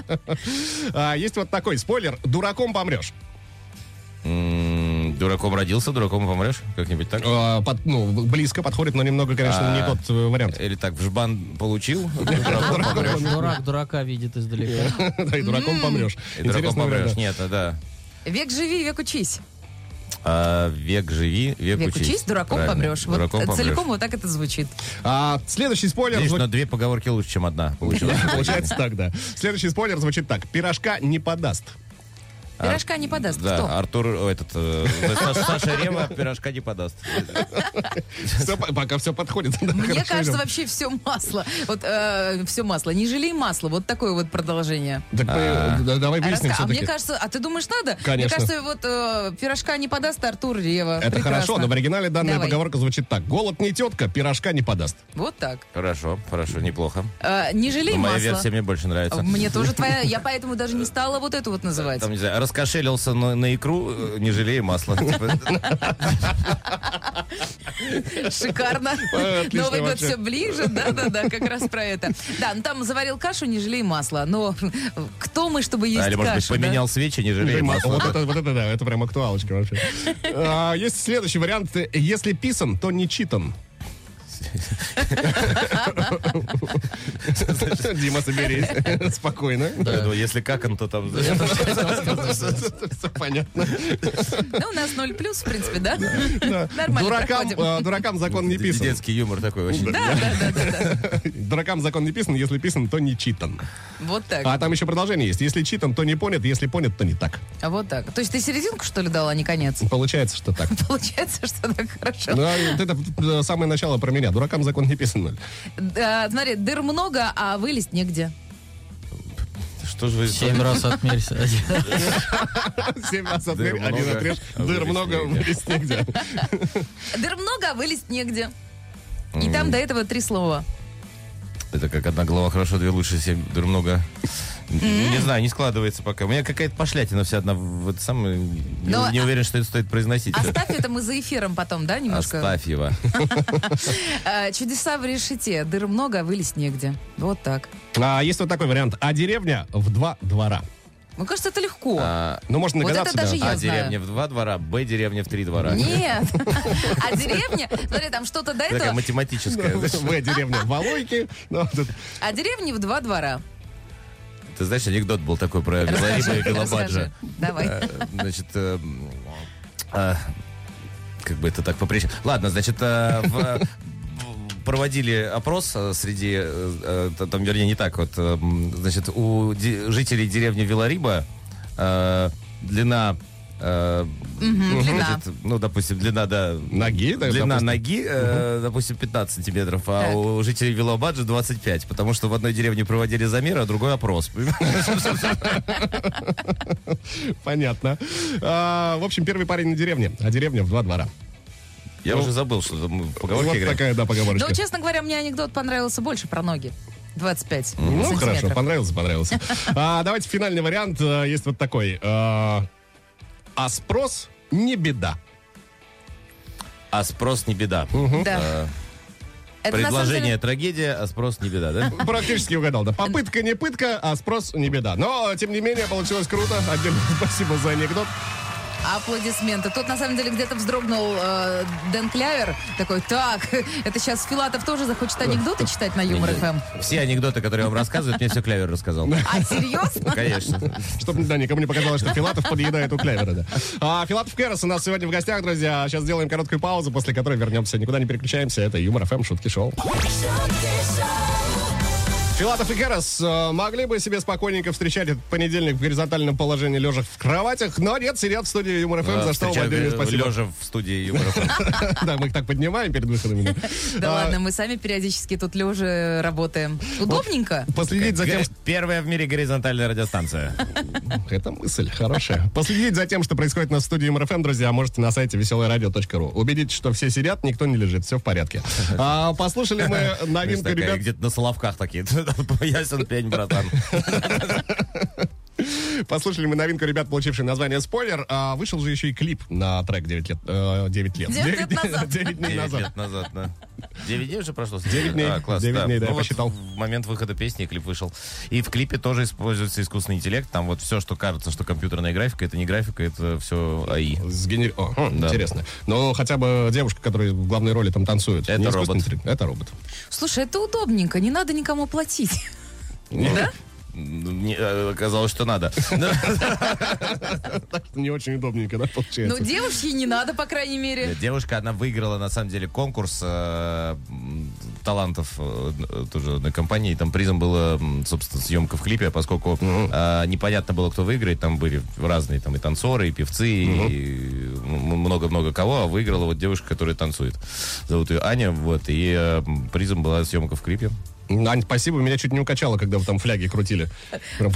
Speaker 2: А, есть вот такой спойлер. Дураком помрешь.
Speaker 9: М, Дураком родился, дураком помрешь? Как-нибудь так?
Speaker 2: А, под- ну, близко подходит, но немного, конечно, не
Speaker 9: А.
Speaker 2: тот э, вариант.
Speaker 9: Или так, в жбан получил, дураком помрешь.
Speaker 10: Дурак дурака видит издалека.
Speaker 2: (laughs) Да, и дураком помрешь.
Speaker 9: М-м. И дураком
Speaker 2: Интересный вариант,
Speaker 9: помрешь.
Speaker 2: да.
Speaker 9: Нет, ну да.
Speaker 3: Век живи, век учись.
Speaker 9: А, Век живи, век
Speaker 3: Век
Speaker 9: учись.
Speaker 3: учись, дураком
Speaker 9: Правильно.
Speaker 3: помрешь. Вот
Speaker 9: Дураком
Speaker 3: э,
Speaker 9: помрешь.
Speaker 3: целиком вот так это звучит.
Speaker 2: А, Следующий спойлер.
Speaker 9: Видишь,
Speaker 2: зву-
Speaker 9: но две поговорки лучше, чем одна получилась.
Speaker 2: (laughs) Получается так, да. Следующий спойлер звучит так. Пирожка не
Speaker 9: (laughs)
Speaker 2: подаст.
Speaker 3: Пирожка не подаст.
Speaker 9: А, Да, А, (laughs)
Speaker 3: Кто?
Speaker 9: Артур, о, этот, (laughs) э, Саша, Саша Рема пирожка не подаст.
Speaker 2: Всё, по- пока все подходит. (laughs) Да,
Speaker 3: Мне
Speaker 2: хорошо
Speaker 3: кажется,
Speaker 2: идём.
Speaker 3: вообще все масло. Вот все масло. Не жалей масла. Вот такое вот продолжение.
Speaker 2: Так мы- да, давай выясним
Speaker 3: Раска- А мне
Speaker 2: всё-таки.
Speaker 3: кажется, а ты думаешь, надо? Мне
Speaker 2: Конечно.
Speaker 3: кажется, вот э, пирожка не подаст Артур Рева.
Speaker 2: Это
Speaker 3: Прекрасно.
Speaker 2: хорошо, но в оригинале данная
Speaker 3: Давай.
Speaker 2: поговорка звучит так. Голод не тетка, пирожка не подаст.
Speaker 3: Вот так.
Speaker 9: Хорошо, хорошо, неплохо.
Speaker 3: Э, не жалей
Speaker 9: Но моя
Speaker 3: масла.
Speaker 9: версия мне больше нравится.
Speaker 3: Мне тоже твоя. Я поэтому даже не стала вот эту вот называть.
Speaker 9: Там, не знаю, раскошелился на, на икру, э, не
Speaker 3: (laughs)
Speaker 9: жалея масла. Типа, (laughs)
Speaker 3: Шикарно.
Speaker 2: Э, отлично
Speaker 3: Новый год
Speaker 2: вообще.
Speaker 3: все ближе. Да-да-да, как раз про это. Да, ну там заварил кашу, не жалей масла. Но кто мы, чтобы есть
Speaker 9: да, Или, может быть,
Speaker 3: кашу? да?
Speaker 9: поменял свечи, не жалея масла.
Speaker 2: Вот это, вот это да, это прям актуалочка вообще. А, Есть следующий вариант. Если писан, то не читан. (laughs) Дима, соберись. (laughs) Спокойно.
Speaker 9: Я думаю, Если как он, то там...
Speaker 2: Все понятно.
Speaker 3: Ну, у нас 0 плюс, в принципе, да? Нормально
Speaker 2: Дуракам,
Speaker 3: проходим.
Speaker 2: э, дуракам закон не писан.
Speaker 9: Детский юмор такой очень.
Speaker 3: Да, да, да, да, да.
Speaker 2: Дуракам закон не писан, если писан, то не читан.
Speaker 3: Вот
Speaker 2: А
Speaker 3: так.
Speaker 2: там еще продолжение есть. Если читан, то не понят, если понят, то не так.
Speaker 3: А Вот так. То есть ты серединку, что ли, дала, а не конец? (laughs)
Speaker 2: Получается, что так.
Speaker 3: Получается, что так хорошо.
Speaker 2: Ну, а вот это э, самое начало про меня. Дуракам закон не писан. (laughs) Ноль.
Speaker 3: Да, смотри, дыр много, а вылезть негде.
Speaker 9: Что же вы...
Speaker 10: Семь раз отмерься.
Speaker 2: Семь раз
Speaker 9: Дыр
Speaker 2: отмерь, один
Speaker 9: много,
Speaker 2: отрежь.
Speaker 9: а
Speaker 2: Дыр
Speaker 9: вылезть
Speaker 2: много,
Speaker 9: негде.
Speaker 2: вылезть негде.
Speaker 3: Дыр много, а вылезть негде. И там до этого три слова.
Speaker 9: Это как одна голова хорошо, две лучше, семь друг много. Не знаю, не складывается пока. У меня какая-то пошлятина вся одна. Вот сам э,
Speaker 3: Но- а
Speaker 9: не, не уверен, что это стоит произносить.
Speaker 3: Оставь это мы за эфиром потом, да, немножко?
Speaker 9: Оставь его.
Speaker 3: Э, Чудеса в решете. Дыр много, а вылезть негде. Вот так.
Speaker 2: А, есть вот такой вариант. А деревня в два двора.
Speaker 3: Мне кажется, это легко.
Speaker 9: А,
Speaker 2: Ну, можно
Speaker 3: Вот
Speaker 2: догадаться,
Speaker 3: это
Speaker 2: (laughs)
Speaker 3: даже
Speaker 2: да.
Speaker 3: я
Speaker 9: А
Speaker 3: знаю.
Speaker 9: деревня в два двора, Б деревня в три двора.
Speaker 3: Нет. (laughs) А деревня, смотри, там что-то до
Speaker 9: Такая
Speaker 3: этого.
Speaker 2: э
Speaker 9: математическая.
Speaker 2: В деревня в Алойке. Ну, вот это-
Speaker 3: А деревня в два двора.
Speaker 9: Ты знаешь, анекдот был такой про
Speaker 3: Расскажи,
Speaker 9: Белориба и
Speaker 3: расскажи.
Speaker 9: Белобаджа.
Speaker 3: Давай.
Speaker 9: Э, Значит, э, м, а, как бы это так попрещено. Ладно, значит, э, в, э, в- проводили опрос э, среди, э, э, т- там, вернее, не так вот, э, м, значит, у де- жителей деревни Велариба э, длина э,
Speaker 3: Мгм, длина.
Speaker 9: значит, ну, допустим, длина, да.
Speaker 2: Ноги, да,
Speaker 9: Длина
Speaker 2: допустим.
Speaker 9: ноги, э, допустим, 15 сантиметров, а
Speaker 3: Так.
Speaker 9: у жителей Виллабаджи 25, потому что в одной деревне проводили замер, а другой опрос. (laughs)
Speaker 2: Понятно. А, в общем, первый парень на деревне, а деревня в два двора.
Speaker 9: Я уже забыл, что там мы в поговорке
Speaker 2: Ну, Вот
Speaker 9: играем.
Speaker 2: такая, да,
Speaker 3: Ну,
Speaker 2: поговорочка.
Speaker 3: честно говоря, мне анекдот понравился больше про ноги. 25
Speaker 2: Ну,
Speaker 3: сантиметров.
Speaker 2: хорошо, понравился, понравился. А, давайте финальный вариант. э, Есть вот такой. А а спрос не беда.
Speaker 9: А спрос не беда.
Speaker 3: Да.
Speaker 9: Э,
Speaker 3: Это на самом
Speaker 9: Предложение
Speaker 3: деле-
Speaker 9: трагедия, а спрос не беда, да?
Speaker 2: Практически угадал, да. Попытка не пытка, а спрос не беда. Но, тем не менее, получилось круто. Отдельное (laughs) спасибо за анекдот.
Speaker 3: Аплодисменты. Тут, на самом деле, где-то вздрогнул э, Дэн Клявер. Такой, так, (laughs) это сейчас Филатов тоже захочет анекдоты читать на Юмор-ФМ.
Speaker 9: Все анекдоты, которые вам рассказывают, мне все клявер рассказал. Ну,
Speaker 3: А,
Speaker 9: (laughs)
Speaker 3: серьезно?
Speaker 9: Конечно.
Speaker 2: Чтобы да, никому не показалось, что Филатов подъедает у Клявера. Да. А, Филатов Кэрос у нас сегодня в гостях, друзья. Сейчас сделаем короткую паузу, после которой вернемся. Никуда не переключаемся. Это Юмор ФМ, шутки шоу. Филатов и Кэрос э, могли бы себе спокойненько встречать этот понедельник в горизонтальном положении лежа в кроватях, но нет, сидят в студии Юмор ФМ, за что вам
Speaker 9: э,
Speaker 2: отдельное спасибо.
Speaker 9: Лежа в студии
Speaker 2: (laughs)
Speaker 9: юмора.
Speaker 2: Да, мы их так поднимаем перед выходами.
Speaker 3: Да
Speaker 2: А,
Speaker 3: ладно, мы сами периодически тут лежа работаем. Удобненько?
Speaker 2: Последить за тем,
Speaker 9: Г- Первая в мире горизонтальная радиостанция.
Speaker 2: Это мысль хорошая. (laughs) Последить за тем, что происходит на студии МРФМ, друзья, можете на сайте веселорадио.ру. Убедитесь, что все сидят, никто не лежит, все в
Speaker 9: (laughs)
Speaker 2: порядке. А, послушали мы
Speaker 9: Знаешь,
Speaker 2: новинку,
Speaker 9: такая,
Speaker 2: ребят.
Speaker 9: Где-то на Соловках такие. (laughs) Ясен пень, братан.
Speaker 2: Послушали мы новинку, ребят, получившую название «Спойлер». А, вышел же еще и клип на трек 9 лет. э, 9 лет. (laughs)
Speaker 3: Девять лет
Speaker 2: Девять-
Speaker 3: назад.
Speaker 2: девять дней
Speaker 9: Девять
Speaker 2: назад.
Speaker 9: лет назад, да. Девять дней уже прошло?
Speaker 2: Девять дней.
Speaker 9: А, класс,
Speaker 2: Девять
Speaker 9: да.
Speaker 2: дней, да,
Speaker 9: Ну
Speaker 2: я
Speaker 9: вот
Speaker 2: посчитал.
Speaker 9: В момент выхода песни клип вышел. И в клипе тоже используется искусственный интеллект. Там вот все, что кажется, что компьютерная графика, это не графика, это все АИ.
Speaker 2: Сгенери- О, хм,
Speaker 9: Да.
Speaker 2: Интересно. Но хотя бы девушка, которая в главной роли там танцует.
Speaker 9: Это
Speaker 2: не искусственный
Speaker 9: робот.
Speaker 2: интеллект, Это робот.
Speaker 3: Слушай, это удобненько, не надо никому платить. Да?
Speaker 9: Не, э, Оказалось,
Speaker 2: (laughs)
Speaker 9: что надо.
Speaker 2: Ну, Так что не очень удобненько, да, получается?
Speaker 3: Ну, девушке не надо, по крайней мере.
Speaker 9: Э, Девушка, она выиграла, на самом деле, конкурс э, м, талантов э, э, тоже одной компании. Там призом была, м, собственно, съемка в клипе, а поскольку э, непонятно было, кто выиграет. Там были разные там и танцоры, и певцы, и м- много-много кого. А выиграла вот девушка, которая танцует. Зовут ее Аня, вот. И э, м, призом была съемка в клипе.
Speaker 2: Ань, спасибо, меня чуть не укачало, когда вы там фляги крутили.
Speaker 3: (laughs)
Speaker 2: Прям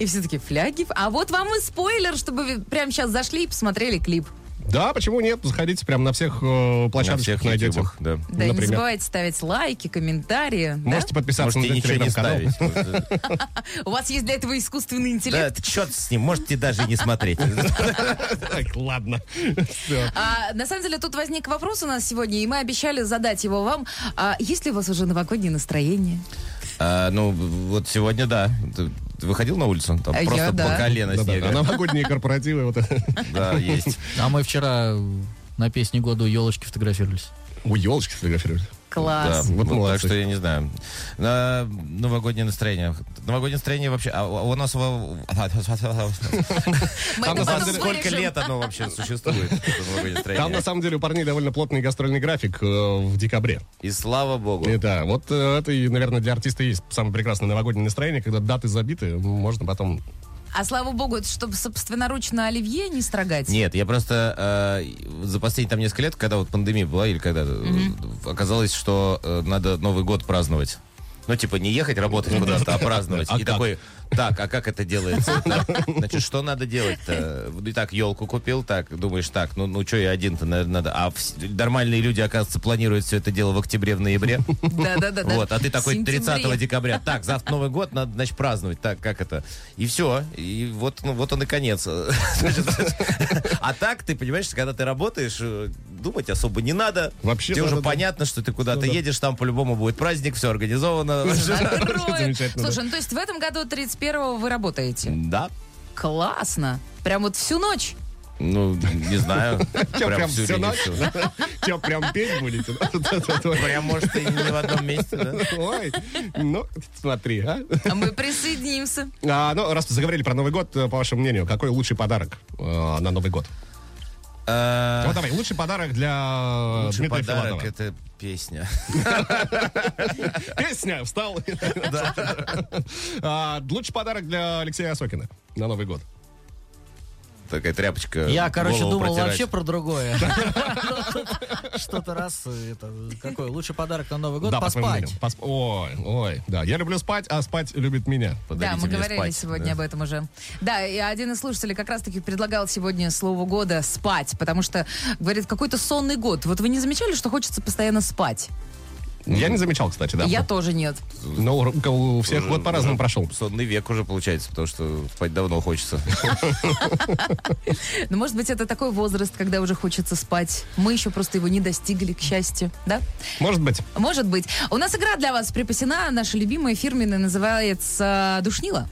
Speaker 3: И все таки фляги. А вот вам и спойлер, чтобы вы прямо сейчас зашли и посмотрели клип.
Speaker 2: Да, почему нет? Заходите прям на всех э,
Speaker 9: На
Speaker 2: площадках
Speaker 9: всех
Speaker 2: найдете.
Speaker 9: ютубах,
Speaker 3: Да,
Speaker 9: да.
Speaker 3: и не
Speaker 2: Ну, Например.
Speaker 3: забывайте ставить лайки, комментарии. да?
Speaker 2: Можете подписаться
Speaker 9: Можете
Speaker 2: на
Speaker 9: ничего не
Speaker 2: телеграм-канал.
Speaker 9: ставить. э,
Speaker 3: У вас есть для этого искусственный
Speaker 9: Да,
Speaker 3: интеллект.
Speaker 9: черт с ним, можете даже и не
Speaker 2: (laughs)
Speaker 9: смотреть. (laughs)
Speaker 2: Так, ладно. Все.
Speaker 3: А, на самом деле тут возник вопрос у нас сегодня, и мы обещали задать его вам. А, есть ли у вас уже новогоднее настроение?
Speaker 9: А, ну, вот сегодня, да. Ты ты выходил на улицу? Там
Speaker 3: А я,
Speaker 9: просто
Speaker 3: да.
Speaker 9: по колено
Speaker 2: Да-да-да,
Speaker 9: снега.
Speaker 2: Новогодние корпоративы. вот это. (laughs)
Speaker 9: Да, есть.
Speaker 10: А мы вчера на песне года у елочки фотографировались.
Speaker 2: У елочки сфотографировали.
Speaker 9: Да,
Speaker 3: Класс.
Speaker 2: Вот
Speaker 9: вот
Speaker 2: молодцы.
Speaker 9: так что я не знаю. На новогоднее настроение. Новогоднее настроение вообще... А у у нас... во-
Speaker 3: Мы
Speaker 9: А
Speaker 2: Там,
Speaker 3: это
Speaker 2: на самом
Speaker 3: потом
Speaker 2: деле,
Speaker 9: Сколько
Speaker 3: вырежем.
Speaker 9: лет оно вообще существует? это новогоднее
Speaker 2: Там, на
Speaker 9: настроение?
Speaker 2: самом деле, у парней довольно плотный гастрольный график э, в декабре.
Speaker 9: И слава богу.
Speaker 2: И да, вот э, это, и, наверное, для артиста есть самое прекрасное новогоднее настроение, когда даты забиты, можно потом...
Speaker 3: А слава богу, это чтобы собственноручно оливье не строгать.
Speaker 9: Нет, я просто э, за последние там несколько лет, когда вот пандемия была, или когда э, оказалось, что э, надо Новый год праздновать. Ну, типа, не ехать работать куда-то, а праздновать.
Speaker 2: А
Speaker 9: И
Speaker 2: как?
Speaker 9: такой, так, а как
Speaker 2: (laughs)
Speaker 9: это делается? Значит, что надо делать-то? Ну, И так, елку купил, так, думаешь, так, ну, ну что я один-то, наверное, надо. А вс- нормальные люди, оказывается, планируют все это дело в октябре, в ноябре.
Speaker 3: Да-да-да. да.
Speaker 9: Вот, а ты такой
Speaker 3: Сентябре.
Speaker 9: 30 декабря. Так, завтра Новый год, надо, значит, праздновать. Так, как это? И все. И вот, ну, вот он и конец. (laughs) А так, ты понимаешь, когда ты работаешь, э, думать особо не надо.
Speaker 2: Вообще
Speaker 9: Тебе
Speaker 2: надо,
Speaker 9: уже
Speaker 2: да.
Speaker 9: понятно, что ты
Speaker 2: Ну
Speaker 9: куда-то
Speaker 2: да.
Speaker 9: едешь, там по-любому будет праздник, все организовано.
Speaker 3: (laughs)
Speaker 9: (laughs)
Speaker 3: Здорово.
Speaker 2: Замечательно, да.
Speaker 3: ну Слушай, ну то есть в этом году 31-го вы работаете?
Speaker 9: Да.
Speaker 3: Классно. Прям вот всю ночь.
Speaker 9: Ну, не знаю.
Speaker 2: Че, (laughs) прям
Speaker 9: всю
Speaker 2: всю
Speaker 9: линию
Speaker 2: ночь?
Speaker 9: всю.
Speaker 2: (laughs) Че, прям петь будете? (laughs)
Speaker 9: Прям, может, и не в одном месте, да?
Speaker 2: Ой, ну, смотри, а.
Speaker 3: А мы присоединимся.
Speaker 2: А, ну, раз заговорили про Новый год, э, по вашему мнению, какой лучший подарок э, на Новый год?
Speaker 9: Э,
Speaker 2: Вот давай, лучший подарок для э,
Speaker 9: Лучший
Speaker 2: Дмитрия
Speaker 9: подарок —
Speaker 2: Филатова.
Speaker 9: это
Speaker 2: (laughs)
Speaker 9: песня.
Speaker 2: Песня, встал. (laughs) А, Лучший подарок для Алексея Осокина на Новый год.
Speaker 9: Такая тряпочка.
Speaker 10: Я, короче,
Speaker 9: Э, голову
Speaker 10: думал
Speaker 9: протирать.
Speaker 10: вообще про
Speaker 9: (laughs)
Speaker 10: другое. Ну, Что-то раз, это, какой лучший подарок на Новый год?
Speaker 2: Да, по своему
Speaker 10: Поспать.
Speaker 2: мнению. Посп- Ой, ой, да. Я люблю спать, а спать любит меня.
Speaker 3: Да,
Speaker 9: Подарите
Speaker 3: мы
Speaker 9: мне
Speaker 3: говорили
Speaker 9: спать,
Speaker 3: сегодня
Speaker 9: да.
Speaker 3: об этом уже. Да, и один из слушателей как раз-таки предлагал сегодня слово года спать, потому что, говорит, какой-то сонный год. Вот вы не замечали, что хочется постоянно спать?
Speaker 2: Я не замечал, кстати, да.
Speaker 3: Я тоже нет.
Speaker 2: Но у- у кого- у всех
Speaker 9: Уже-
Speaker 2: год по-разному
Speaker 9: уже
Speaker 2: прошел.
Speaker 9: Сонный век уже получается, потому что спать давно хочется. (laughs)
Speaker 3: Но, Ну, может быть, это такой возраст, когда уже хочется спать. Мы еще просто его не достигли, к счастью. Да?
Speaker 2: Может быть.
Speaker 3: Может быть. У нас игра для вас припасена. Наша любимая фирменная называется «Душнила».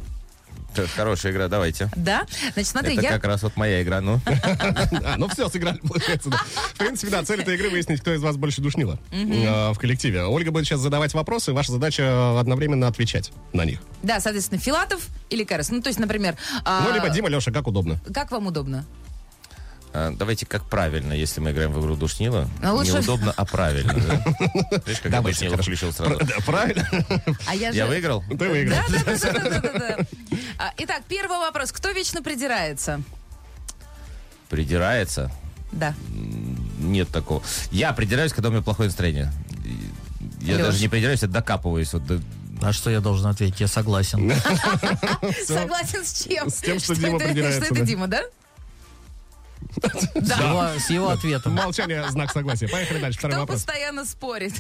Speaker 9: Это Хорошая игра, давайте.
Speaker 3: Да? Значит, смотри,
Speaker 9: Это
Speaker 3: я...
Speaker 9: как раз вот моя игра, ну. (laughs)
Speaker 2: А, ну все, сыграли, получается. да. В принципе, да, цель этой игры выяснить, кто из вас больше душнила э, в коллективе. Ольга будет сейчас задавать вопросы, ваша задача одновременно отвечать на них.
Speaker 3: Да, соответственно, Филатов или Карас. Ну, то есть, например... а,
Speaker 2: Ну, либо Дима, Леша, как удобно.
Speaker 3: Как вам удобно?
Speaker 9: А, Давайте как правильно, если мы играем в игру Душнила.
Speaker 3: А лучше-
Speaker 9: Неудобно, а
Speaker 3: (laughs)
Speaker 9: правильно. да? Видишь, как я
Speaker 2: Давайте,
Speaker 9: Душнила
Speaker 2: хорошо.
Speaker 9: включил
Speaker 2: Пр-
Speaker 9: сразу.
Speaker 2: да, Правильно?
Speaker 3: А я,
Speaker 9: Я
Speaker 3: же-
Speaker 9: выиграл?
Speaker 2: (laughs) Ты выиграл.
Speaker 3: Да, да, да, да, да, да, да, да. А, Итак, первый вопрос. Кто вечно придирается?
Speaker 9: Придирается.
Speaker 3: Да.
Speaker 9: Нет такого. Я придираюсь, когда у меня плохое настроение. И Я
Speaker 3: Лёш.
Speaker 9: даже не придираюсь, я докапываюсь. Вот до-
Speaker 10: А что я должен ответить? Я согласен.
Speaker 3: Согласен с чем?
Speaker 2: С тем, что Дима
Speaker 3: это-
Speaker 2: придирается,
Speaker 3: Что это
Speaker 2: да.
Speaker 3: Дима, да?
Speaker 10: С
Speaker 3: Да.
Speaker 10: его- С его ответом.
Speaker 2: Молчание, знак согласия. Поехали дальше, второй
Speaker 3: Кто
Speaker 2: вопрос.
Speaker 3: постоянно спорит?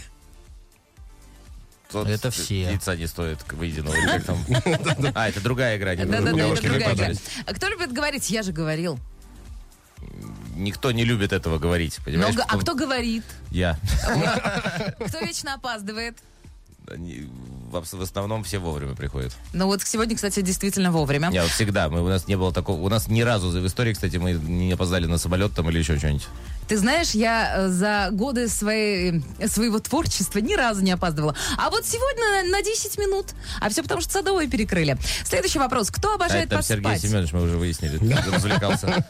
Speaker 9: тот
Speaker 10: Это все.
Speaker 9: Яйца не стоит
Speaker 3: (laughs)
Speaker 9: к- выеденного. или как там. А, это другая игра. не-
Speaker 3: Да, да,
Speaker 9: у меня
Speaker 3: да, это
Speaker 9: ушки
Speaker 3: другая игра.
Speaker 9: выпадали.
Speaker 3: А кто любит говорить? Я же говорил.
Speaker 9: Никто не любит этого говорить,
Speaker 3: Но
Speaker 9: понимаешь?
Speaker 3: г- а
Speaker 9: Потом-
Speaker 3: кто говорит?
Speaker 9: Я.
Speaker 3: Кто вечно опаздывает?
Speaker 9: Они В абс- в основном все вовремя приходят.
Speaker 3: Ну вот сегодня, кстати, действительно вовремя.
Speaker 9: Я вот всегда. Мы, у нас не было такого. У нас ни разу за- в истории, кстати, мы не опоздали на самолет там или еще что-нибудь.
Speaker 3: Ты знаешь, я э, за годы своей, э, своего творчества ни разу не опаздывала. А вот сегодня на, на 10 минут. А все потому, что садовые перекрыли. Следующий вопрос. Кто
Speaker 9: А
Speaker 3: обожает
Speaker 9: это там Сергей
Speaker 3: поспать?
Speaker 9: Семенович, мы уже выяснили. Развлекался.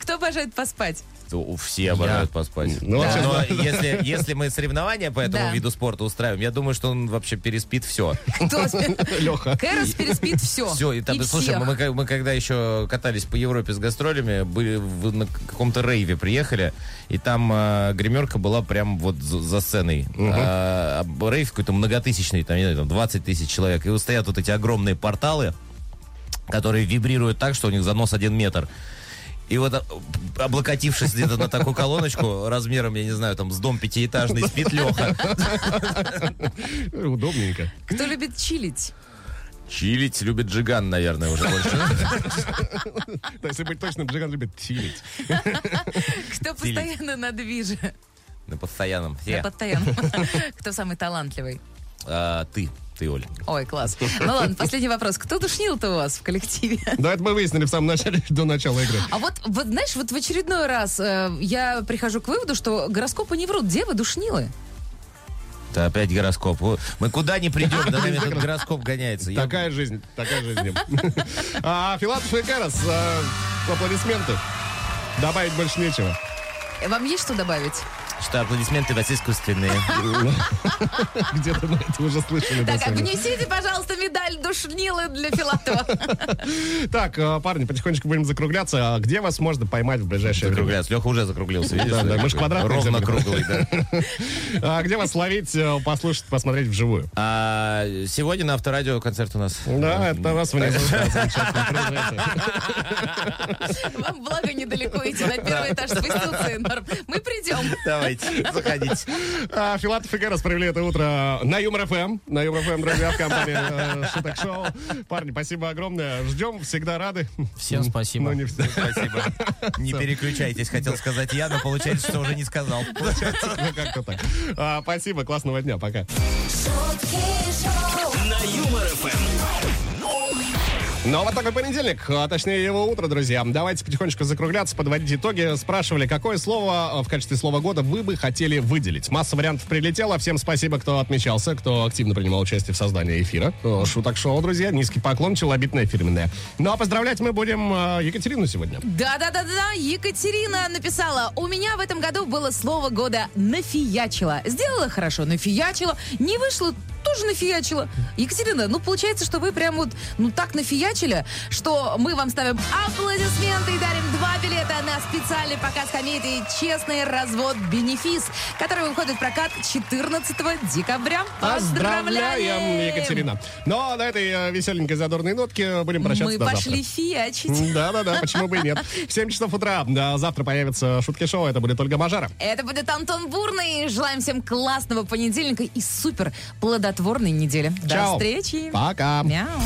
Speaker 3: Кто обожает поспать?
Speaker 9: То у- Все обожают поспать.
Speaker 2: Ну,
Speaker 9: Да.
Speaker 2: вообще,
Speaker 9: Но если, если мы соревнования по этому
Speaker 3: Да.
Speaker 9: виду спорта устраиваем, я думаю, что он вообще переспит все. (laughs)
Speaker 3: Кто спи-
Speaker 2: Леха.
Speaker 3: Кэрос переспит все.
Speaker 9: Все, и там, слушай, мы, мы- мы когда еще катались по Европе с гастролями, были в- на каком-то рейве приехали, и там э, гримерка была прям вот за, за сценой. А, а рейв какой-то многотысячный, там, не знаю, там 20 тысяч человек. И вот стоят вот эти огромные порталы, которые вибрируют так, что у них занос один метр. И вот а, облокотившись где-то на такую колоночку размером, я не знаю, там с дом пятиэтажный, спит Леха.
Speaker 2: Э, Удобненько.
Speaker 3: Кто любит чилить?
Speaker 9: Чилить любит Джиган, наверное, уже больше.
Speaker 2: Да, Если быть точным, Джиган любит чилить.
Speaker 3: Кто постоянно на движе?
Speaker 9: На постоянном.
Speaker 3: Я
Speaker 9: Все.
Speaker 3: постоянно. (laughs) Кто самый талантливый?
Speaker 9: А, Ты, ты, Оль.
Speaker 3: Ой, класс. Ну ладно, последний вопрос. Кто душнил-то у вас в коллективе?
Speaker 2: Да, это мы выяснили в самом начале, (laughs) до начала игры.
Speaker 3: А вот, вот, знаешь, вот в очередной раз э, я прихожу к выводу, что гороскопы не врут. Девы душнилы.
Speaker 9: Да опять гороскоп. О, Мы куда не придем, да нами этот гороскоп гоняется. Я-
Speaker 2: Такая жизнь, такая жизнь. (laughs) Дим. А, Филатов и Карас, а, аплодисменты. Добавить больше нечего. (laughs)
Speaker 3: Э, Вам есть что добавить?
Speaker 2: а?
Speaker 9: Что аплодисменты вас искусственные.
Speaker 2: Где-то мы это уже слышали. на
Speaker 3: Так, а
Speaker 2: самом деле.
Speaker 3: внесите, пожалуйста, медаль душнилы для Филатова.
Speaker 2: Так, а, парни, потихонечку будем закругляться. А Где вас можно поймать в ближайшее время?
Speaker 9: Закругляться. Леха уже закруглился, видишь?
Speaker 2: Да, да, мы ж квадратные
Speaker 9: Ровно
Speaker 2: взяли.
Speaker 9: круглый, да.
Speaker 2: А где вас ловить, э, послушать, посмотреть вживую?
Speaker 9: А, сегодня на авторадио концерт у нас.
Speaker 2: Да, это нас внизу. да, замечательно, окружается.
Speaker 3: Вам, благо, недалеко идти. На первый этаж спустился и норм. Мы придем.
Speaker 9: Давайте, заходите.
Speaker 2: А, Филатов и Карас провели это утро на Юмор ФМ. На Юмор ФМ, друзья, в компании э, Шуток Шоу. Парни, спасибо огромное. Ждем, всегда рады.
Speaker 10: Всем спасибо.
Speaker 2: Ну, не все.
Speaker 9: Спасибо. Не переключайтесь, хотел сказать я, но получается, что уже не сказал.
Speaker 2: Ну, как-то так. А, Спасибо, классного дня, пока.
Speaker 8: шутки шоу.
Speaker 1: На Юмор ФМ.
Speaker 2: Ну а вот такой понедельник, а точнее его утро, друзья. Давайте потихонечку закругляться, подводить итоги. Спрашивали, какое слово э, в качестве слова года вы бы хотели выделить? Масса вариантов прилетела. Всем спасибо, кто отмечался, кто активно принимал участие в создании эфира. Э, Шуток шоу, друзья. Низкий поклон, челобитное фирменное. Ну а поздравлять мы будем э, Екатерину сегодня.
Speaker 3: Да-да-да-да, Екатерина написала, у меня в этом году было слово года «нафиячила». Сделала хорошо, нафиячила, не вышло, тоже нафиячила. Екатерина, ну получается, что вы прям вот ну так нафиячили, что мы вам ставим аплодисменты и дарим два билета на специальный показ комедии «Честный развод Бенефис», который выходит в прокат 14 декабря. Поздравляем!
Speaker 2: Екатерина. Ну а на этой э, веселенькой задорной нотке будем прощаться
Speaker 3: Мы
Speaker 2: до завтра.
Speaker 3: пошли фиячить.
Speaker 2: Да-да-да, почему бы и нет. В 7 часов утра. Да, завтра появится шутки шоу. Это будет Ольга Мажара.
Speaker 3: Это будет Антон Бурный. Желаем всем классного понедельника и супер плодотворной недели.
Speaker 2: Чао.
Speaker 3: До встречи.
Speaker 2: Пока.
Speaker 3: Мяу.